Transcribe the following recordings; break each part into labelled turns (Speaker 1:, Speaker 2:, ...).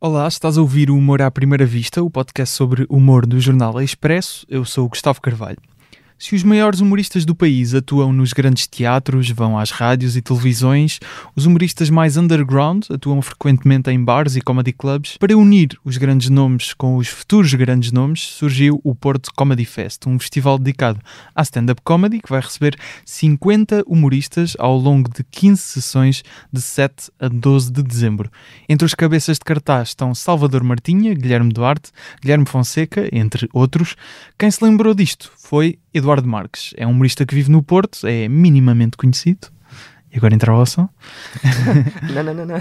Speaker 1: Olá, estás a ouvir o Humor à Primeira Vista, o podcast sobre humor do jornal Expresso. Eu sou o Gustavo Carvalho. Se os maiores humoristas do país atuam nos grandes teatros, vão às rádios e televisões, os humoristas mais underground atuam frequentemente em bares e comedy clubs. Para unir os grandes nomes com os futuros grandes nomes, surgiu o Porto Comedy Fest, um festival dedicado à stand-up comedy que vai receber 50 humoristas ao longo de 15 sessões de 7 a 12 de dezembro. Entre os cabeças de cartaz estão Salvador Martinha, Guilherme Duarte, Guilherme Fonseca, entre outros. Quem se lembrou disto foi Eduardo Marques. É um humorista que vive no Porto, é minimamente conhecido. E agora entra o som.
Speaker 2: Não, não, não, não.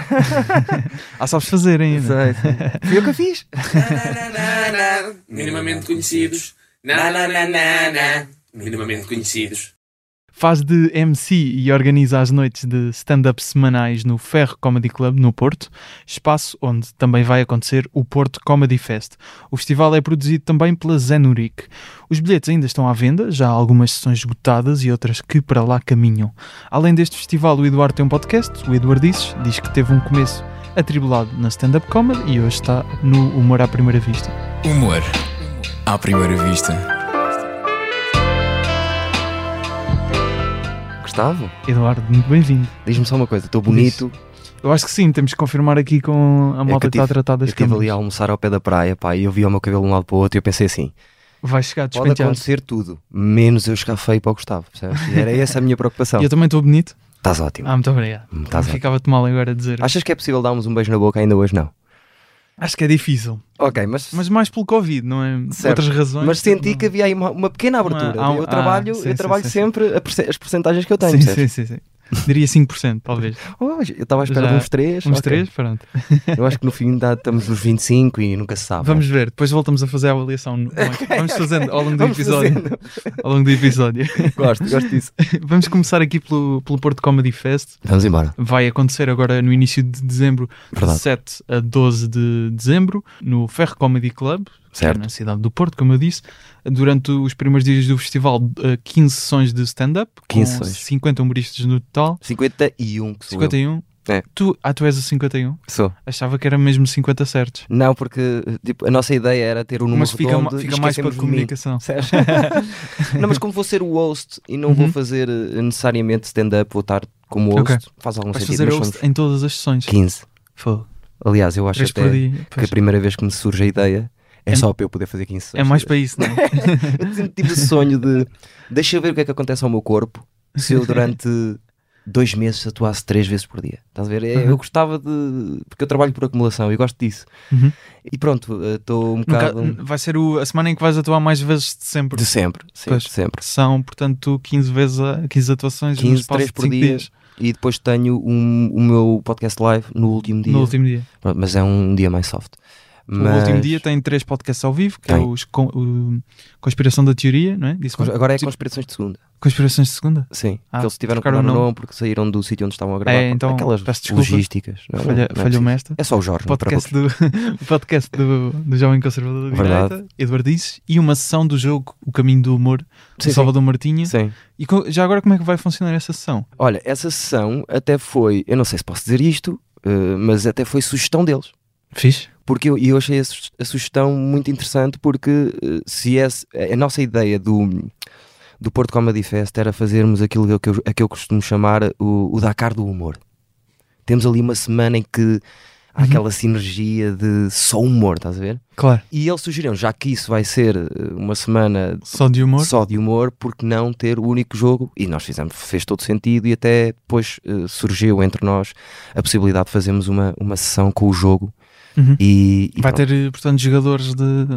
Speaker 1: Ah, sabes fazer ainda.
Speaker 2: Sei, sei. Fui eu que fiz.
Speaker 3: Nananana, minimamente conhecidos. Nananana, minimamente conhecidos.
Speaker 1: Faz de MC e organiza as noites de stand-up semanais no Ferro Comedy Club, no Porto, espaço onde também vai acontecer o Porto Comedy Fest. O festival é produzido também pela Zenuric. Os bilhetes ainda estão à venda, já há algumas sessões esgotadas e outras que para lá caminham. Além deste festival, o Eduardo tem um podcast, o Eduardices, diz que teve um começo atribulado na stand-up comedy e hoje está no Humor à Primeira Vista.
Speaker 4: Humor à primeira vista.
Speaker 2: Gustavo,
Speaker 1: Eduardo, muito bem-vindo.
Speaker 2: diz-me só uma coisa. Estou bonito.
Speaker 1: Eu acho que sim, temos que confirmar aqui com a malta
Speaker 2: É eu
Speaker 1: que está a
Speaker 2: tive-
Speaker 1: tratar
Speaker 2: Eu
Speaker 1: das
Speaker 2: estive ali
Speaker 1: câmaras.
Speaker 2: a almoçar ao pé da praia, pá, e eu vi o meu cabelo de um lado para o outro e eu pensei assim:
Speaker 1: Vai chegar
Speaker 2: pode
Speaker 1: despenteado.
Speaker 2: acontecer tudo, menos eu chegar feio para o Gustavo. percebes? E Era essa a minha preocupação.
Speaker 1: E Eu também estou bonito.
Speaker 2: Estás ótimo.
Speaker 1: Ah, muito obrigado.
Speaker 2: então. Hum, Estás ótimo.
Speaker 1: Ficava-te mal agora a dizer. Acho...
Speaker 2: Achas que é possível darmos um beijo na boca ainda hoje? Não.
Speaker 1: que é difícil.
Speaker 2: Ok, mas,
Speaker 1: Mas mais pelo Covid, não é?
Speaker 2: Certo.
Speaker 1: Outras razões. tipo,
Speaker 2: mas senti
Speaker 1: não-
Speaker 2: que havia aí uma, uma pequena abertura.
Speaker 1: há um-
Speaker 2: eu
Speaker 1: ah,
Speaker 2: trabalho,
Speaker 1: sim,
Speaker 2: eu
Speaker 1: sim,
Speaker 2: trabalho
Speaker 1: sim, sim.
Speaker 2: sempre a perce- as percentagens que eu tenho.
Speaker 1: Sim,
Speaker 2: percebes?
Speaker 1: sim, sim, sim. Diria 5%, talvez.
Speaker 2: Oh, eu estava à espera
Speaker 1: Já-
Speaker 2: de uns 3.
Speaker 1: Uns 3, pronto.
Speaker 2: Eu acho que no fim dá, estamos nos 25 e nunca se sabe.
Speaker 1: Vamos ver, depois voltamos a fazer a avaliação. no- é Vamos fazendo ao longo do
Speaker 2: Vamos
Speaker 1: um episódio.
Speaker 2: fazendo.
Speaker 1: Ao longo do episódio.
Speaker 2: Gosto, gosto disso.
Speaker 1: Vamos começar aqui pelo, pelo Porto Comedy Fest.
Speaker 2: Vamos embora.
Speaker 1: Vai acontecer agora no início de dezembro, de
Speaker 2: Verdade.
Speaker 1: 7 a 12 de dezembro, no Ferro Comedy Club, que é
Speaker 2: Certo.
Speaker 1: na cidade do Porto, como eu disse. Durante os primeiros dias do festival, eh, 15 sessões de stand-up, com
Speaker 2: 15 sessões.
Speaker 1: 50 humoristas no total.
Speaker 2: 51 que sou
Speaker 1: 51.
Speaker 2: É.
Speaker 1: Tu, ah, tu és o 51?
Speaker 2: eu. Sou.
Speaker 1: Achava que era mesmo 50 certos.
Speaker 2: Não, porque tipo, a nossa ideia era ter o número
Speaker 1: Mas fica,
Speaker 2: redondo
Speaker 1: ma-
Speaker 2: e
Speaker 1: fica mais para
Speaker 2: esquecemos de mim.
Speaker 1: comunicação.
Speaker 2: Percebes? não, mas como vou ser o host e não vou fazer eh, necessariamente stand-up, vou estar como host,
Speaker 1: Uhum. Ok.
Speaker 2: faz algum
Speaker 1: Vais
Speaker 2: sentido.
Speaker 1: fazer
Speaker 2: Mas
Speaker 1: host
Speaker 2: somos
Speaker 1: em todas as sessões.
Speaker 2: 15.
Speaker 1: Fogo.
Speaker 2: Aliás, eu acho
Speaker 1: Três por
Speaker 2: até
Speaker 1: dia.
Speaker 2: que
Speaker 1: Pois.
Speaker 2: a primeira vez que me surge a ideia é,
Speaker 1: É-
Speaker 2: só para eu poder fazer 15
Speaker 1: É mais para isso, não é?
Speaker 2: Eu sempre tive esse sonho de deixa eu ver o que é que acontece ao meu corpo se eu durante dois meses atuasse três vezes por dia. Estás a ver? É, Eu gostava de. Porque eu trabalho por acumulação e gosto disso.
Speaker 1: Uhum.
Speaker 2: E pronto, estou um
Speaker 1: Nunca- hum,
Speaker 2: bocado.
Speaker 1: vai ser o- a semana em que vais atuar mais vezes de sempre.
Speaker 2: De sempre, sim,
Speaker 1: Pois.
Speaker 2: de sempre.
Speaker 1: São, portanto, 15 vezes a, 15 atuações no
Speaker 2: 15,
Speaker 1: espaço
Speaker 2: 3
Speaker 1: de
Speaker 2: por
Speaker 1: cinco
Speaker 2: dia.
Speaker 1: dias,
Speaker 2: E depois tenho um- o meu podcast live no último dia.
Speaker 1: no último dia.
Speaker 2: Pronto, mas é um dia mais soft.
Speaker 1: O
Speaker 2: Mas-
Speaker 1: último dia tá tem três podcasts ao vivo, que é
Speaker 2: Tem.
Speaker 1: os con- o Conspiração da Teoria, não é? Disse
Speaker 2: Cons- Agora é
Speaker 1: tipo,
Speaker 2: conspirações de segunda.
Speaker 1: Conspirações de Segunda?
Speaker 2: Sim.
Speaker 1: Ah,
Speaker 2: que eles tiveram que
Speaker 1: trocaram o
Speaker 2: mudar o
Speaker 1: nome.
Speaker 2: nome porque saíram do sítio onde estavam a gravar. Pronto,
Speaker 1: então,
Speaker 2: aquelas
Speaker 1: peço desculpa.
Speaker 2: logísticas. Não, não, não
Speaker 1: Falha-
Speaker 2: é preciso.
Speaker 1: Falhou-me esta.
Speaker 2: É só o Jorge, não te
Speaker 1: podcast do, podcast do, do Jovem Conservador da
Speaker 2: Verdade.
Speaker 1: Direita, Eduardo Dices, e uma sessão do jogo O Caminho do Humor, de
Speaker 2: Sim, sim.
Speaker 1: Salvador Martinha.
Speaker 2: Sim.
Speaker 1: E co- já agora como é que vai funcionar essa sessão?
Speaker 2: Olha, essa sessão até foi, eu não sei se posso dizer isto, eh, mas até foi sugestão deles.
Speaker 1: Fiz?
Speaker 2: Porque eu, e eu achei a, sus- a sugestão muito interessante porque eh, se esse, a nossa ideia do, do Porto Comedy Fest era fazermos aquilo que eu- que eu, a que eu costumo chamar eh, o, o Dakar do humor. Temos ali uma semana em que há aquela sinergia de só humor, estás a ver?
Speaker 1: Claro.
Speaker 2: E eles sugeriram, já que isso vai ser eh, uma semana
Speaker 1: Só de humor?
Speaker 2: só de humor, porque não ter o único jogo? E nós fizemos, fez todo sentido e até depois eh, surgiu entre nós a possibilidade de fazermos uma, uma sessão com o jogo.
Speaker 1: Uhum.
Speaker 2: Então. E, e
Speaker 1: Vai
Speaker 2: pronto.
Speaker 1: ter, eh, portanto, jogadores de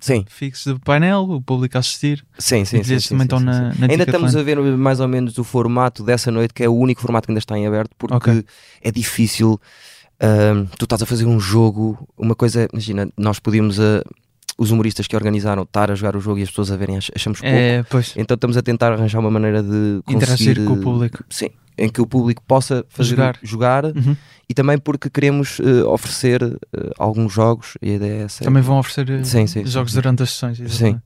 Speaker 2: Sim,
Speaker 1: fixos do painel, o público a assistir. Sim,
Speaker 2: sim, sim.
Speaker 1: e
Speaker 2: sim,
Speaker 1: bilhetes
Speaker 2: sim,
Speaker 1: também
Speaker 2: sim,
Speaker 1: estão
Speaker 2: sim, sim.
Speaker 1: na, na
Speaker 2: Ainda
Speaker 1: Ticketline.
Speaker 2: estamos a ver mais ou menos o formato dessa noite, que é o único formato que ainda está em aberto, porque
Speaker 1: Ok.
Speaker 2: é difícil. ahm, tu estás a fazer um jogo, uma coisa, imagina, nós podíamos, ah, os humoristas que organizaram, estar a jogar o jogo e as pessoas a verem, ach- achamos pouco.
Speaker 1: É, pois,
Speaker 2: Então estamos a tentar arranjar uma maneira de
Speaker 1: interagir
Speaker 2: conseguir,
Speaker 1: com o
Speaker 2: eh,
Speaker 1: público.
Speaker 2: Sim, em que o público possa fazer
Speaker 1: Jogar.
Speaker 2: jogar,
Speaker 1: Uhum.
Speaker 2: e também porque queremos eh, oferecer eh, alguns jogos e a ideia é essa.
Speaker 1: Também vão oferecer eh,
Speaker 2: Sim, sim, sim.
Speaker 1: jogos durante as sessões. exatamente.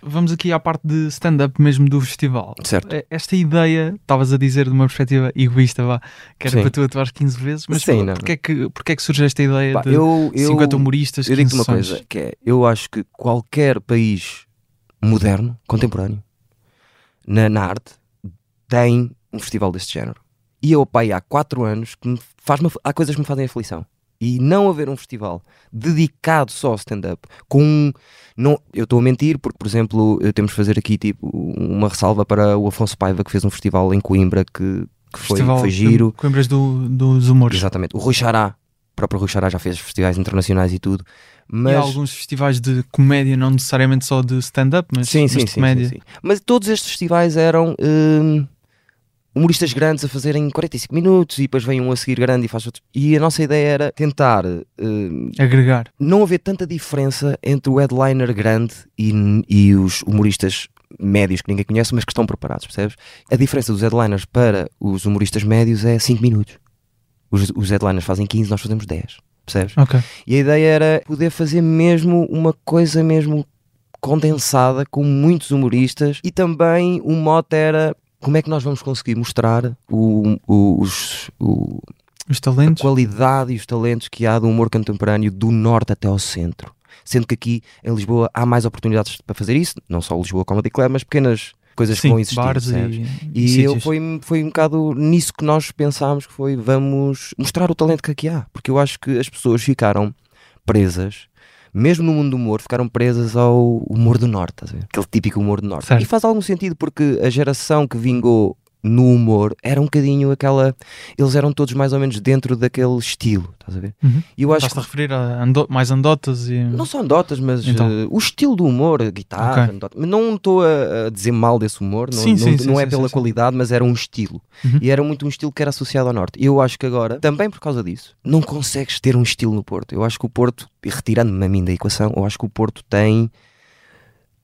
Speaker 1: Vamos aqui à parte de stand-up mesmo do festival.
Speaker 2: Certo.
Speaker 1: Eh, Esta ideia, estavas a dizer de uma perspectiva egoísta, vá, que era
Speaker 2: Sim.
Speaker 1: para tu atuares 15 vezes, mas
Speaker 2: Sim,
Speaker 1: pô,
Speaker 2: não.
Speaker 1: porquê, é que, porquê é que surge esta ideia
Speaker 2: Pá,
Speaker 1: de
Speaker 2: eu, eu,
Speaker 1: 50 humoristas,
Speaker 2: eu
Speaker 1: 15
Speaker 2: digo-te uma
Speaker 1: sessões?
Speaker 2: coisa, que é, eu acho que qualquer país moderno, contemporâneo, na, na arte, tem um festival deste género. E eu, pai, há 4 anos, que me faz -me, há coisas que me fazem aflição. E não haver um festival dedicado só ao stand-up, com um- não Eu estou a mentir, porque, por exemplo, eh, temos de fazer aqui tipo, uma ressalva para o Afonso Paiva, que fez um festival em Coimbra que, que foi,
Speaker 1: Festival
Speaker 2: foi giro.
Speaker 1: de Coimbras do, dos Humores.
Speaker 2: Exatamente. O Rui Xará, o próprio Rui Xará já fez festivais internacionais e tudo.
Speaker 1: E
Speaker 2: Mas...
Speaker 1: há alguns festivais de comédia, não necessariamente só de stand-up, mas,
Speaker 2: Sim, sim,
Speaker 1: mas
Speaker 2: sim,
Speaker 1: de comédia.
Speaker 2: sim, sim. Mas todos estes festivais eram hum, humoristas grandes a fazerem 45 minutos e depois vem um a seguir grande e faz outro. E a nossa ideia era tentar hum,
Speaker 1: Agregar.
Speaker 2: não haver tanta diferença entre o headliner grande e, e os humoristas médios que ninguém conhece, mas que estão preparados, percebes? A diferença dos headliners para os humoristas médios é 5 minutos. Os, os headliners fazem 15, nós fazemos 10, percebes?
Speaker 1: Ok.
Speaker 2: E a ideia era poder fazer mesmo uma coisa mesmo condensada com muitos humoristas e também o mote era como é que nós vamos conseguir mostrar o, o- os- o-
Speaker 1: Os
Speaker 2: a
Speaker 1: talentos.
Speaker 2: qualidade e os talentos que há do humor contemporâneo do norte até ao centro. Sendo que aqui em Lisboa há mais oportunidades para fazer isso, não só o Lisboa Comedy Club, mas pequenas coisas que vão existir.
Speaker 1: bares
Speaker 2: percebes?
Speaker 1: e,
Speaker 2: E eu
Speaker 1: sítios.
Speaker 2: foi, foi um bocado nisso que nós pensámos que foi vamos mostrar o talento que aqui há, porque eu acho que as pessoas ficaram presas, mesmo no mundo do humor, ficaram presas ao humor do norte, estás a ver? aquele típico humor do norte.
Speaker 1: Certo.
Speaker 2: E faz algum sentido porque a geração que vingou no humor era um bocadinho aquela, eles eram todos mais ou menos dentro daquele estilo, estás a ver?
Speaker 1: Uhum.
Speaker 2: E eu acho
Speaker 1: Estás-te a referir a ando- mais andotas e...
Speaker 2: não são dotas, mas
Speaker 1: Então.
Speaker 2: eh, o estilo do humor, a guitarra,
Speaker 1: Ok.
Speaker 2: andotas. Mas não estou a, a dizer mal desse humor, não,
Speaker 1: Sim,
Speaker 2: não,
Speaker 1: sim, sim,
Speaker 2: não é
Speaker 1: sim,
Speaker 2: pela
Speaker 1: sim, sim.
Speaker 2: qualidade, mas era um estilo.
Speaker 1: Uhum.
Speaker 2: E era muito um estilo que era associado ao Norte. Eu acho que agora, também por causa disso, não consegues ter um estilo no Porto. Eu acho que o Porto, e retirando-me a mim da equação, eu acho que o Porto tem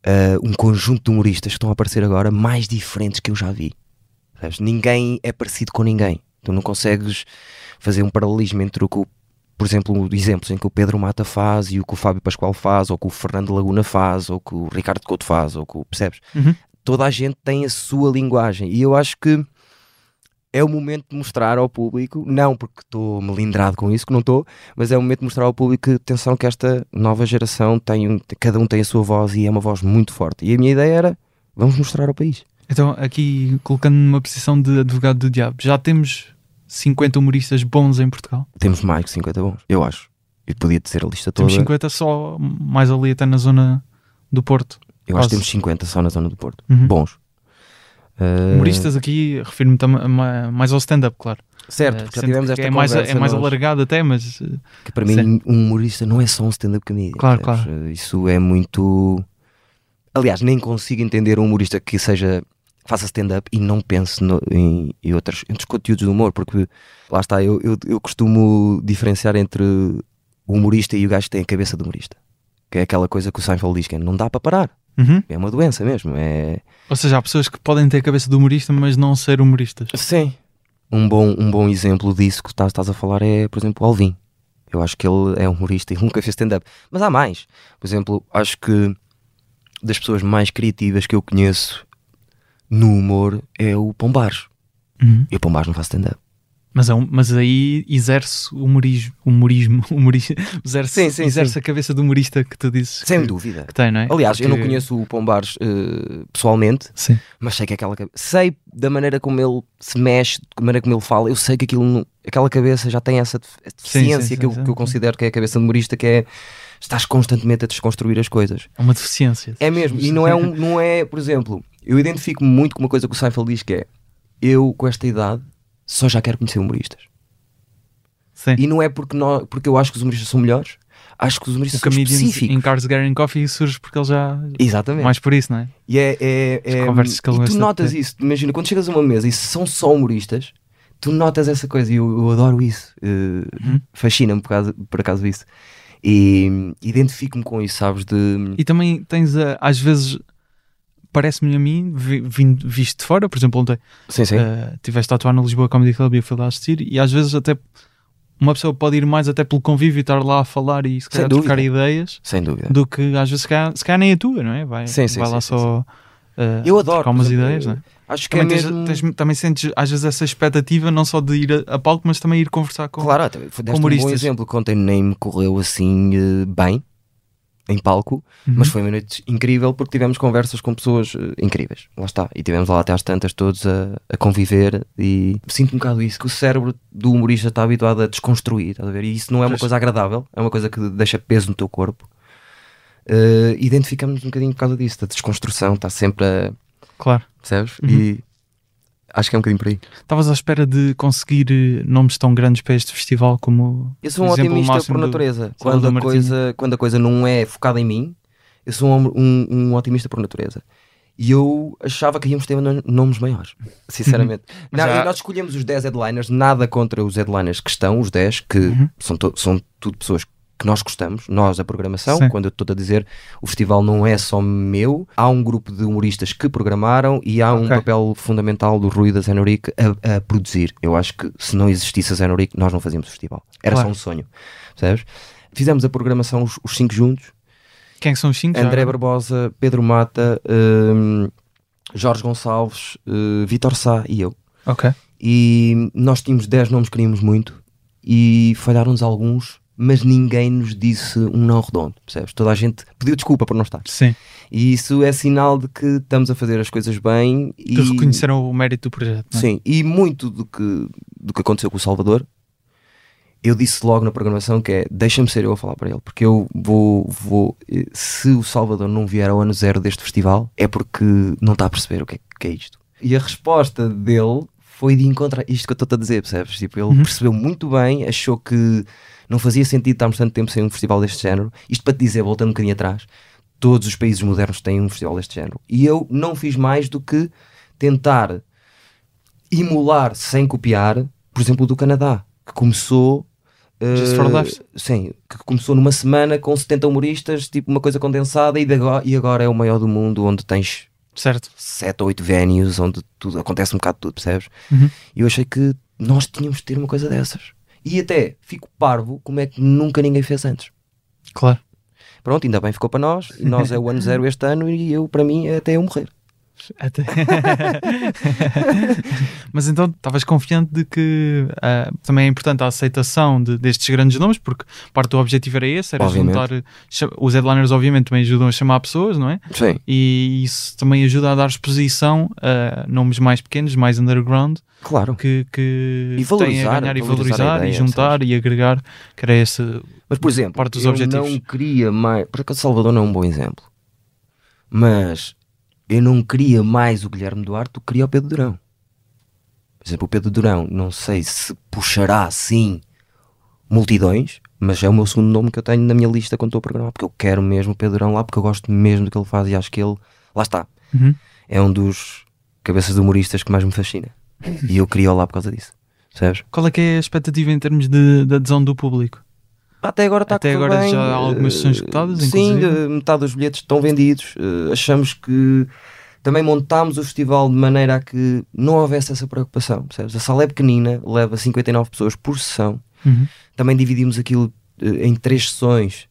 Speaker 2: eh, um conjunto de humoristas que estão a aparecer agora mais diferentes que eu já vi. Sabes? Ninguém é parecido com ninguém. Tu não consegues fazer um paralelismo entre o que, o- por exemplo, exemplos em que o Pedro Mata faz e o que o Fábio Pascoal faz, ou que o Fernando Laguna faz, ou que o Ricardo Couto faz, ou que o. Percebes?
Speaker 1: Uhum.
Speaker 2: Toda a gente tem a sua linguagem e eu acho que é o momento de mostrar ao público, não porque estou melindrado com isso, que não estou, mas é o momento de mostrar ao público que, atenção, que esta nova geração tem, um- cada um tem a sua voz e é uma voz muito forte. E a minha ideia era, vamos mostrar ao país.
Speaker 1: Então, aqui colocando numa posição de advogado do diabo, já temos 50 humoristas bons em Portugal.
Speaker 2: Temos mais que 50 bons, eu acho. Eu podia dizer a lista toda.
Speaker 1: Temos 50 só mais ali até na zona do Porto.
Speaker 2: eu acho
Speaker 1: quase.
Speaker 2: que temos 50 só na zona do Porto.
Speaker 1: Uhum.
Speaker 2: Bons. Eh,
Speaker 1: Humoristas aqui, refiro-me tam- ma- mais ao stand-up, claro.
Speaker 2: certo,
Speaker 1: Eh,
Speaker 2: porque já
Speaker 1: sendo
Speaker 2: tivemos
Speaker 1: que
Speaker 2: esta
Speaker 1: é mais,
Speaker 2: conversa
Speaker 1: é mais
Speaker 2: nós,
Speaker 1: alargado até, mas eh,
Speaker 2: que para mim
Speaker 1: Sim.
Speaker 2: um humorista não é só um stand-up comedian.
Speaker 1: Claro,
Speaker 2: percebes? Eh, Isso é muito... Aliás, nem consigo entender um humorista que seja faça stand-up e não pense no- em, em outras, em outros conteúdos do humor, porque lá está, eu, eu, eu costumo diferenciar entre o humorista e o gajo que tem a cabeça de humorista. Que é aquela coisa que o Seinfeld diz que é, não dá para parar,
Speaker 1: uhum.
Speaker 2: é uma doença mesmo. É...
Speaker 1: ou seja, há pessoas que podem ter a cabeça de humorista, mas não ser humoristas.
Speaker 2: Sim. Um bom, um bom exemplo disso que estás, estás a falar é, por exemplo, o Alvin. Eu acho que ele é humorista e nunca fez stand-up. Mas há mais. Por exemplo, acho que das pessoas mais criativas que eu conheço no humor é o Pombares.
Speaker 1: Uhum.
Speaker 2: E o Pombares não faz stand-up.
Speaker 1: Mas, é um- mas aí exerce humorismo, humorismo, humorismo exerce,
Speaker 2: Sim, sim,
Speaker 1: exerce a cabeça do humorista que tu dizes
Speaker 2: Sem
Speaker 1: que,
Speaker 2: dúvida.
Speaker 1: que tem, não é?
Speaker 2: Aliás, eu não
Speaker 1: Porque-
Speaker 2: conheço o Pombares eh, pessoalmente,
Speaker 1: Sim.
Speaker 2: mas sei que aquela cabeça. Sei da maneira como ele se mexe, da maneira como ele fala, eu sei que aquilo não- aquela cabeça já tem essa def- deficiência
Speaker 1: sim,
Speaker 2: que, eu,
Speaker 1: sim,
Speaker 2: que
Speaker 1: sim.
Speaker 2: eu considero que é a cabeça de humorista, que é estás constantemente a desconstruir as coisas.
Speaker 1: É uma deficiência.
Speaker 2: É mesmo, e não é um, não é, por exemplo, eu identifico-me muito com uma coisa que o Seinfeld diz que é eu, com esta idade, só já quero conhecer humoristas.
Speaker 1: Sim.
Speaker 2: E não é porque, nós, porque eu acho que os humoristas são melhores, acho que os humoristas
Speaker 1: o
Speaker 2: são
Speaker 1: Comedians
Speaker 2: específicos.
Speaker 1: Um em Cars Getting Coffee surge porque ele já.
Speaker 2: é Exatamente.
Speaker 1: Mais por isso, não é?
Speaker 2: E é, é,
Speaker 1: As
Speaker 2: é-
Speaker 1: conversas que ele
Speaker 2: e tu
Speaker 1: gosta de
Speaker 2: notas
Speaker 1: ter.
Speaker 2: isso, imagina, quando chegas a uma mesa e são só humoristas, tu notas essa coisa e eu, eu adoro isso. eh,
Speaker 1: Uhum.
Speaker 2: Fascina-me por, causa- por acaso isso. E hum, identifico-me com isso, sabes? De
Speaker 1: E também tens, a- às vezes, parece-me a mim, vi- vindo- visto de fora, por exemplo, ontem
Speaker 2: sim, sim.
Speaker 1: eh, estiveste a atuar no Lisboa Comedy Club e eu fui lá assistir, e às vezes até uma pessoa pode ir mais até pelo convívio e estar lá a falar e se calhar
Speaker 2: dúvida.
Speaker 1: trocar ideias
Speaker 2: Sem dúvida.
Speaker 1: do que às vezes se calhar, se calhar nem é tua, não é? Vai,
Speaker 2: Sim, sim,
Speaker 1: vai lá
Speaker 2: sim,
Speaker 1: só ah,
Speaker 2: Eu adoro.
Speaker 1: trocar
Speaker 2: por
Speaker 1: umas
Speaker 2: exemplo,
Speaker 1: ideias, não é?
Speaker 2: Acho que
Speaker 1: Também,
Speaker 2: é
Speaker 1: tens-
Speaker 2: mesmo...
Speaker 1: tens- também sentes às vezes essa expectativa não só de ir a, a palco, mas também ir conversar com
Speaker 2: Claro, até foi- deste um bom
Speaker 1: humoristas.
Speaker 2: exemplo que ontem nem me correu assim eh, bem em palco,
Speaker 1: Uhum.
Speaker 2: mas foi uma noite incrível porque tivemos conversas com pessoas eh, incríveis. Lá está. E tivemos lá até às tantas todos a, a conviver e sinto um bocado isso, que o cérebro do humorista está habituado a desconstruir, estás a ver? E isso não é uma
Speaker 1: Pois.
Speaker 2: coisa agradável, é uma coisa que deixa peso no teu corpo. Eh, identificamos um bocadinho por causa disso, da desconstrução, está sempre a.
Speaker 1: claro.
Speaker 2: percebes?
Speaker 1: Uhum.
Speaker 2: E acho que é um bocadinho por aí.
Speaker 1: Estavas à espera de conseguir eh, nomes tão grandes para este festival como.
Speaker 2: Eu sou um
Speaker 1: por exemplo, o
Speaker 2: otimista
Speaker 1: máximo
Speaker 2: por
Speaker 1: do-
Speaker 2: natureza.
Speaker 1: Salvador
Speaker 2: Quando a,
Speaker 1: Martinho.
Speaker 2: coisa, quando a coisa não é focada em mim, eu sou um, hom- um, um otimista por natureza. E eu achava que íamos ter no- nomes maiores, sinceramente.
Speaker 1: Mas
Speaker 2: Não,
Speaker 1: há-
Speaker 2: e Nós escolhemos os 10 headliners, nada contra os headliners que estão, os 10, que
Speaker 1: Uhum.
Speaker 2: são, to- são tudo pessoas que nós gostamos, nós a programação,
Speaker 1: Sim.
Speaker 2: quando eu estou a dizer o festival não é só meu, há um grupo de humoristas que programaram e há um
Speaker 1: Ok.
Speaker 2: papel fundamental do Rui da Zenoric a, a produzir. Eu acho que se não existisse a Zenoric, nós não fazíamos o festival. Era
Speaker 1: Claro.
Speaker 2: só um sonho, percebes? Fizemos a programação os, os cinco juntos,
Speaker 1: Quem é que são os cinco? já
Speaker 2: André
Speaker 1: agora?
Speaker 2: Barbosa, Pedro Mata, hum, Jorge Gonçalves, eh, Vitor Sá e eu
Speaker 1: Ok.
Speaker 2: e nós tínhamos 10 nomes que queríamos muito e falharam-nos alguns, mas ninguém nos disse um não redondo, percebes? Toda a gente pediu desculpa por não estar.
Speaker 1: Sim.
Speaker 2: E isso é sinal de que estamos a fazer as coisas bem e
Speaker 1: Te reconheceram o mérito do projeto. não é?
Speaker 2: Sim, e muito do que do que aconteceu com o Salvador, eu disse logo na programação que é deixa-me ser eu a falar para ele, porque eu vou vou eh, se o Salvador não vier ao ano zero deste festival, é porque não está a perceber o que é, que é isto. E a resposta dele foi de encontro a isto que eu estou a dizer, percebes? Tipo, ele
Speaker 1: Uhum.
Speaker 2: percebeu muito bem, achou que não fazia sentido estarmos tanto tempo sem um festival deste género. Isto para te dizer, voltando um bocadinho atrás, todos os países modernos têm um festival deste género. E eu não fiz mais do que tentar imular sem copiar, por exemplo, o do Canadá, que começou. eh,
Speaker 1: Just for Laughs?
Speaker 2: Sim, que começou numa semana com 70 humoristas, tipo uma coisa condensada, e, de agora, e agora é o maior do mundo, onde tens
Speaker 1: Certo.
Speaker 2: sete ou oito venues, onde tudo acontece um bocado de tudo, percebes?
Speaker 1: Uhum.
Speaker 2: E eu achei que nós tínhamos de ter uma coisa dessas. E até fico parvo como é que nunca ninguém fez antes.
Speaker 1: Claro.
Speaker 2: Pronto, ainda bem ficou para nós, e nós é o ano zero este ano, e eu, para mim, é até eu morrer.
Speaker 1: Até- Mas então estavas confiante de que ah, também é importante a aceitação de- destes grandes nomes, porque parte do objetivo era esse, era
Speaker 2: Obviamente.
Speaker 1: juntar. eh, cha- Os headliners, obviamente, também ajudam a chamar pessoas, não é?
Speaker 2: Sim,
Speaker 1: E isso também ajuda a dar exposição a nomes mais pequenos, mais underground,
Speaker 2: claro.
Speaker 1: que, que têm
Speaker 2: E valorizar,
Speaker 1: a ganhar e
Speaker 2: valorizar a
Speaker 1: valorizar e
Speaker 2: ideia,
Speaker 1: juntar e agregar, que era esse.
Speaker 2: Mas, por exemplo,
Speaker 1: Hum, Parte dos
Speaker 2: eu
Speaker 1: objetivos.
Speaker 2: não queria mais. Por acaso, Salvador não é um bom exemplo. Mas eu não queria mais o Guilherme Duarte do que queria o Pedro Durão. Por exemplo, o Pedro Durão, não sei se puxará assim multidões, mas é o meu segundo nome que eu tenho na minha lista quando estou a programar, porque eu quero mesmo o Pedro Durão lá, porque eu gosto mesmo do que ele faz e acho que ele. Lá está.
Speaker 1: Uhum.
Speaker 2: É um dos cabeças de humoristas que mais me fascina. E eu queria lá por causa disso. Percebes?
Speaker 1: Qual é que é a expectativa em termos de, de adesão do público?
Speaker 2: Até agora está
Speaker 1: Até
Speaker 2: a correr
Speaker 1: agora
Speaker 2: bem,
Speaker 1: já há algumas
Speaker 2: eh,
Speaker 1: sessões escutadas,
Speaker 2: Sim,
Speaker 1: inclusive?
Speaker 2: eh, metade dos bilhetes estão vendidos. eh, Achamos que também montámos o festival de maneira a que não houvesse essa preocupação. Percebes? A sala é pequenina, leva 59 pessoas por sessão.
Speaker 1: Uhum.
Speaker 2: Também dividimos aquilo eh, em três sessões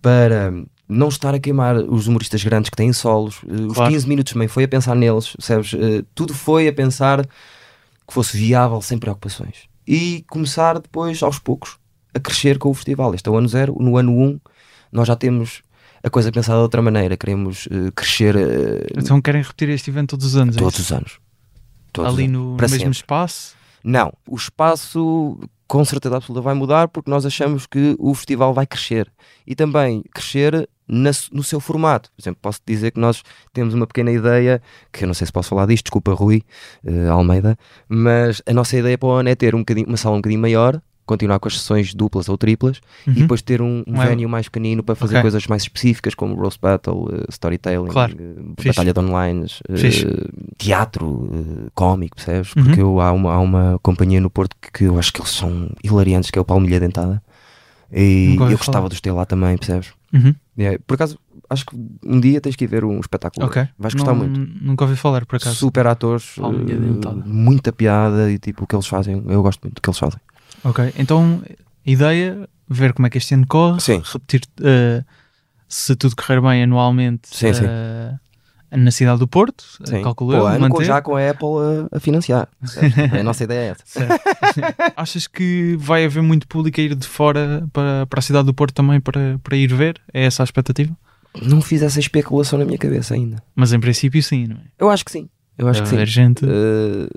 Speaker 2: para não estar a queimar os humoristas grandes que têm solos. Eh, Os
Speaker 1: Claro.
Speaker 2: 15 minutos também foi a pensar neles, percebes? Eh, Tudo foi a pensar que fosse viável sem preocupações. E começar depois, aos poucos, a crescer com o festival. Este é o ano zero, no ano um nós já temos a coisa pensada de outra maneira. Queremos eh, crescer eh,
Speaker 1: Então querem repetir este evento todos os anos? é
Speaker 2: todos
Speaker 1: isso?
Speaker 2: os anos. Todos os
Speaker 1: Ali
Speaker 2: anos. é.
Speaker 1: no, no
Speaker 2: Para
Speaker 1: mesmo
Speaker 2: sempre.
Speaker 1: espaço?
Speaker 2: Não, o espaço com certeza absoluta vai mudar porque nós achamos que o festival vai crescer e também crescer na su- no seu formato. Por exemplo, posso dizer que nós temos uma pequena ideia, que eu não sei se posso falar disto, desculpa Rui eh, Almeida, mas a nossa ideia para o ano é ter um bocadinho- uma sala um bocadinho maior, continuar com as sessões duplas ou triplas e
Speaker 1: Uhum.
Speaker 2: depois ter um, um
Speaker 1: Não é?
Speaker 2: venue mais pequenino para fazer
Speaker 1: Ok.
Speaker 2: coisas mais específicas como roast battle, eh, storytelling,
Speaker 1: Claro.
Speaker 2: eh,
Speaker 1: Fixe.
Speaker 2: batalha de online, eh,
Speaker 1: Fixe.
Speaker 2: teatro eh, cómico, percebes?
Speaker 1: Uhum.
Speaker 2: Porque eu, há, uma, há uma companhia no Porto que, que eu acho que eles são hilariantes, que é o Palmilha Dentada. E
Speaker 1: Nunca ouvi
Speaker 2: eu gostava
Speaker 1: falar.
Speaker 2: de os ter lá também, percebes?
Speaker 1: Uhum.
Speaker 2: E é, por acaso, acho que um dia tens que ir ver um espetáculo.
Speaker 1: Ok.
Speaker 2: Vais gostar
Speaker 1: Não-
Speaker 2: muito.
Speaker 1: Nunca ouvi falar, por acaso.
Speaker 2: Super atores,
Speaker 3: Palmilha
Speaker 2: eh,
Speaker 3: Dentada.
Speaker 2: muita piada e tipo o que eles fazem. Eu gosto muito do que eles fazem.
Speaker 1: Ok, então a ideia, ver como é que este ano corre,
Speaker 2: Sim.
Speaker 1: repetir eh, se tudo correr bem anualmente
Speaker 2: Sim, sim.
Speaker 1: eh, na cidade do Porto, eh,
Speaker 2: Sim.
Speaker 1: calculo
Speaker 2: Para o
Speaker 1: eu,
Speaker 2: ano, com-
Speaker 1: manter.
Speaker 2: já com a Apple a, a financiar. Certo? a nossa ideia é essa.
Speaker 1: Achas que vai haver muito público a ir de fora para, para a cidade do Porto também para, para ir ver? É essa a expectativa?
Speaker 2: Não fiz essa especulação na minha cabeça ainda.
Speaker 1: Mas em princípio sim, não é?
Speaker 2: Eu acho que sim. Eu acho
Speaker 1: Deve
Speaker 2: que sim.
Speaker 1: haver gente.
Speaker 2: Eh,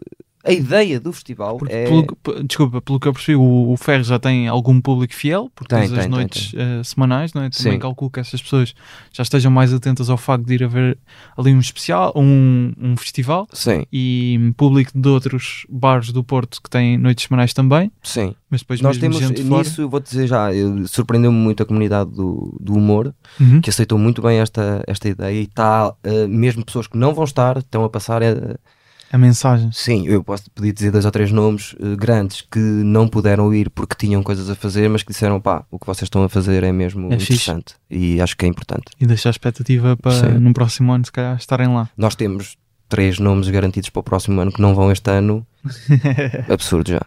Speaker 2: a ideia do festival
Speaker 1: Ah, Porque
Speaker 2: é.
Speaker 1: pelo que- p- desculpa, pelo que eu percebi, o, o Ferro já tem algum público fiel, porque
Speaker 2: Tem,
Speaker 1: todas as
Speaker 2: tem, tem,
Speaker 1: noites eh, semanais, não é? Também
Speaker 2: Sim.
Speaker 1: calculo que essas pessoas já estejam mais atentas ao facto de ir a ver ali um especial, um, um festival,
Speaker 2: Sim,
Speaker 1: e público de outros bares do Porto que têm noites semanais também,
Speaker 2: sim.
Speaker 1: mas depois
Speaker 2: Nós
Speaker 1: mesmo
Speaker 2: temos
Speaker 1: gente de fora.
Speaker 2: nisso, vou dizer já, eu- surpreendeu-me muito a comunidade do, do humor,
Speaker 1: Uhum.
Speaker 2: que aceitou muito bem esta, esta ideia e está, eh, mesmo pessoas que não vão estar, estão a passar. eh,
Speaker 1: A mensagem.
Speaker 2: sim, eu posso podia dizer dois ou três nomes eh, grandes que não puderam ir porque tinham coisas a fazer, mas que disseram: pá, o que vocês estão a fazer é mesmo
Speaker 1: É fixe.
Speaker 2: interessante e acho que é importante.
Speaker 1: E deixar a expectativa para
Speaker 2: Sim.
Speaker 1: no próximo ano, se calhar, estarem lá.
Speaker 2: Nós temos três nomes garantidos para o próximo ano que não vão este ano. Absurdo já.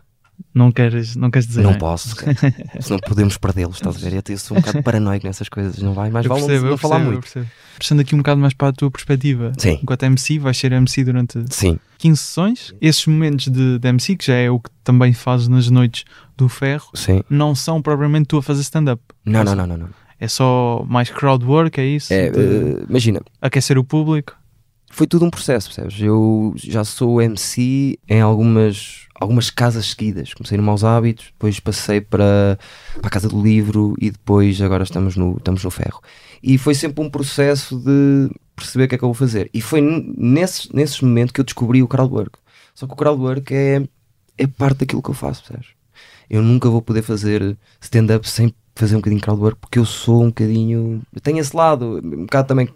Speaker 1: Não queres, não queres dizer?
Speaker 2: Não
Speaker 1: é?
Speaker 2: posso, se não podemos perdê-los, estás a ver? Eu te- Eu sou um bocado paranoico nessas coisas, não vai, mas
Speaker 1: Eu
Speaker 2: vale não-
Speaker 1: percebo,
Speaker 2: não
Speaker 1: eu
Speaker 2: falar
Speaker 1: percebo, eu
Speaker 2: muito.
Speaker 1: percebo. Puxando aqui um bocado mais para a tua perspectiva.
Speaker 2: Sim,
Speaker 1: Enquanto MC, vais ser MC durante
Speaker 2: sim,
Speaker 1: 15 sessões. Esses momentos de, de MC, que já é o que também fazes nas noites do ferro,
Speaker 2: sim.
Speaker 1: não são propriamente tu a fazer stand-up.
Speaker 2: Não, não, não, não. não.
Speaker 1: É só mais crowd work, é isso?
Speaker 2: É,
Speaker 1: De
Speaker 2: eh, imagina,
Speaker 1: aquecer o público.
Speaker 2: foi tudo um processo, percebes? Eu já sou MC em algumas, algumas casas seguidas. Comecei no Maus Hábitos, depois passei para, para a Casa do Livro e depois agora estamos no, estamos no Ferro. E foi sempre um processo de perceber o que é que eu vou fazer. E foi n- nesses, nesses momentos que eu descobri o crowdwork. Só que o crowdwork é, é parte daquilo que eu faço, percebes? Eu nunca vou poder fazer stand-up sem fazer um bocadinho de crowdwork porque eu sou um bocadinho... Eu tenho esse lado, um bocado também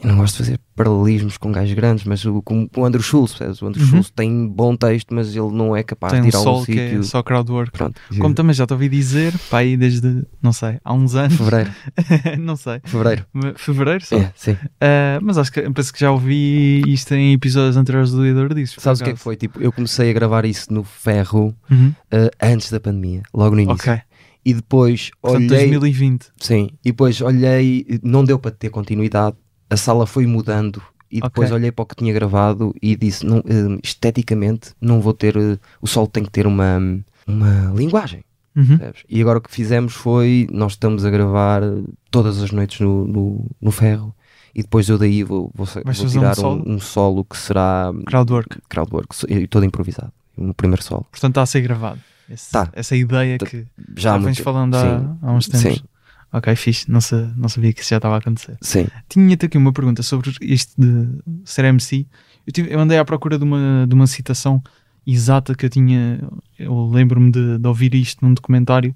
Speaker 2: eu não gosto de fazer paralelismos com gajos grandes, mas o, como o Andrew Schultz, percebes? O Andrew
Speaker 1: Uhum.
Speaker 2: Schultz tem bom texto, mas ele não é capaz
Speaker 1: Tem um
Speaker 2: de ir a algum
Speaker 1: sol que é
Speaker 2: sítio.
Speaker 1: só crowd work.
Speaker 2: Pronto,
Speaker 1: Como também já te ouvi dizer, pá, aí desde, não sei, há uns anos,
Speaker 2: fevereiro.
Speaker 1: não sei,
Speaker 2: Fevereiro.
Speaker 1: fevereiro só.
Speaker 2: É, sim.
Speaker 1: Uh, mas acho que penso que já ouvi isto em episódios anteriores do Lidor disso. por
Speaker 2: Sabes o que é que
Speaker 1: acaso.
Speaker 2: foi? Tipo, eu comecei a gravar isso no ferro
Speaker 1: Uhum.
Speaker 2: eh, antes da pandemia, logo no início.
Speaker 1: Ok.
Speaker 2: E depois
Speaker 1: Portanto,
Speaker 2: olhei.
Speaker 1: 2020.
Speaker 2: Sim, e depois olhei, não deu para ter continuidade, a sala foi mudando e depois
Speaker 1: Ok.
Speaker 2: olhei para o que tinha gravado e disse, não, eh, esteticamente não vou ter, eh, o sol tem que ter uma, uma linguagem.
Speaker 1: Uhum.
Speaker 2: percebes? E agora o que fizemos foi, nós estamos a gravar todas as noites no, no, no ferro e depois eu daí vou, vou, vou
Speaker 1: Vais fazer um
Speaker 2: tirar um,
Speaker 1: solo?
Speaker 2: um solo que será
Speaker 1: Crowdwork.
Speaker 2: crowdwork, so- e todo improvisado, um primeiro solo.
Speaker 1: Portanto, está a ser gravado. Esse-
Speaker 2: Tá.
Speaker 1: Essa ideia
Speaker 2: Tá.
Speaker 1: que já
Speaker 2: Já há
Speaker 1: vens
Speaker 2: muito-
Speaker 1: falando há, há uns tempos.
Speaker 2: Sim.
Speaker 1: Ok, fixe. Não, sa- não sabia que isso já estava a acontecer.
Speaker 2: Sim,
Speaker 1: Tinha-te aqui uma pergunta sobre isto de ser MC. Eu, tive- eu andei à procura de uma, de uma citação exata que eu tinha. Eu lembro-me de, de ouvir isto num documentário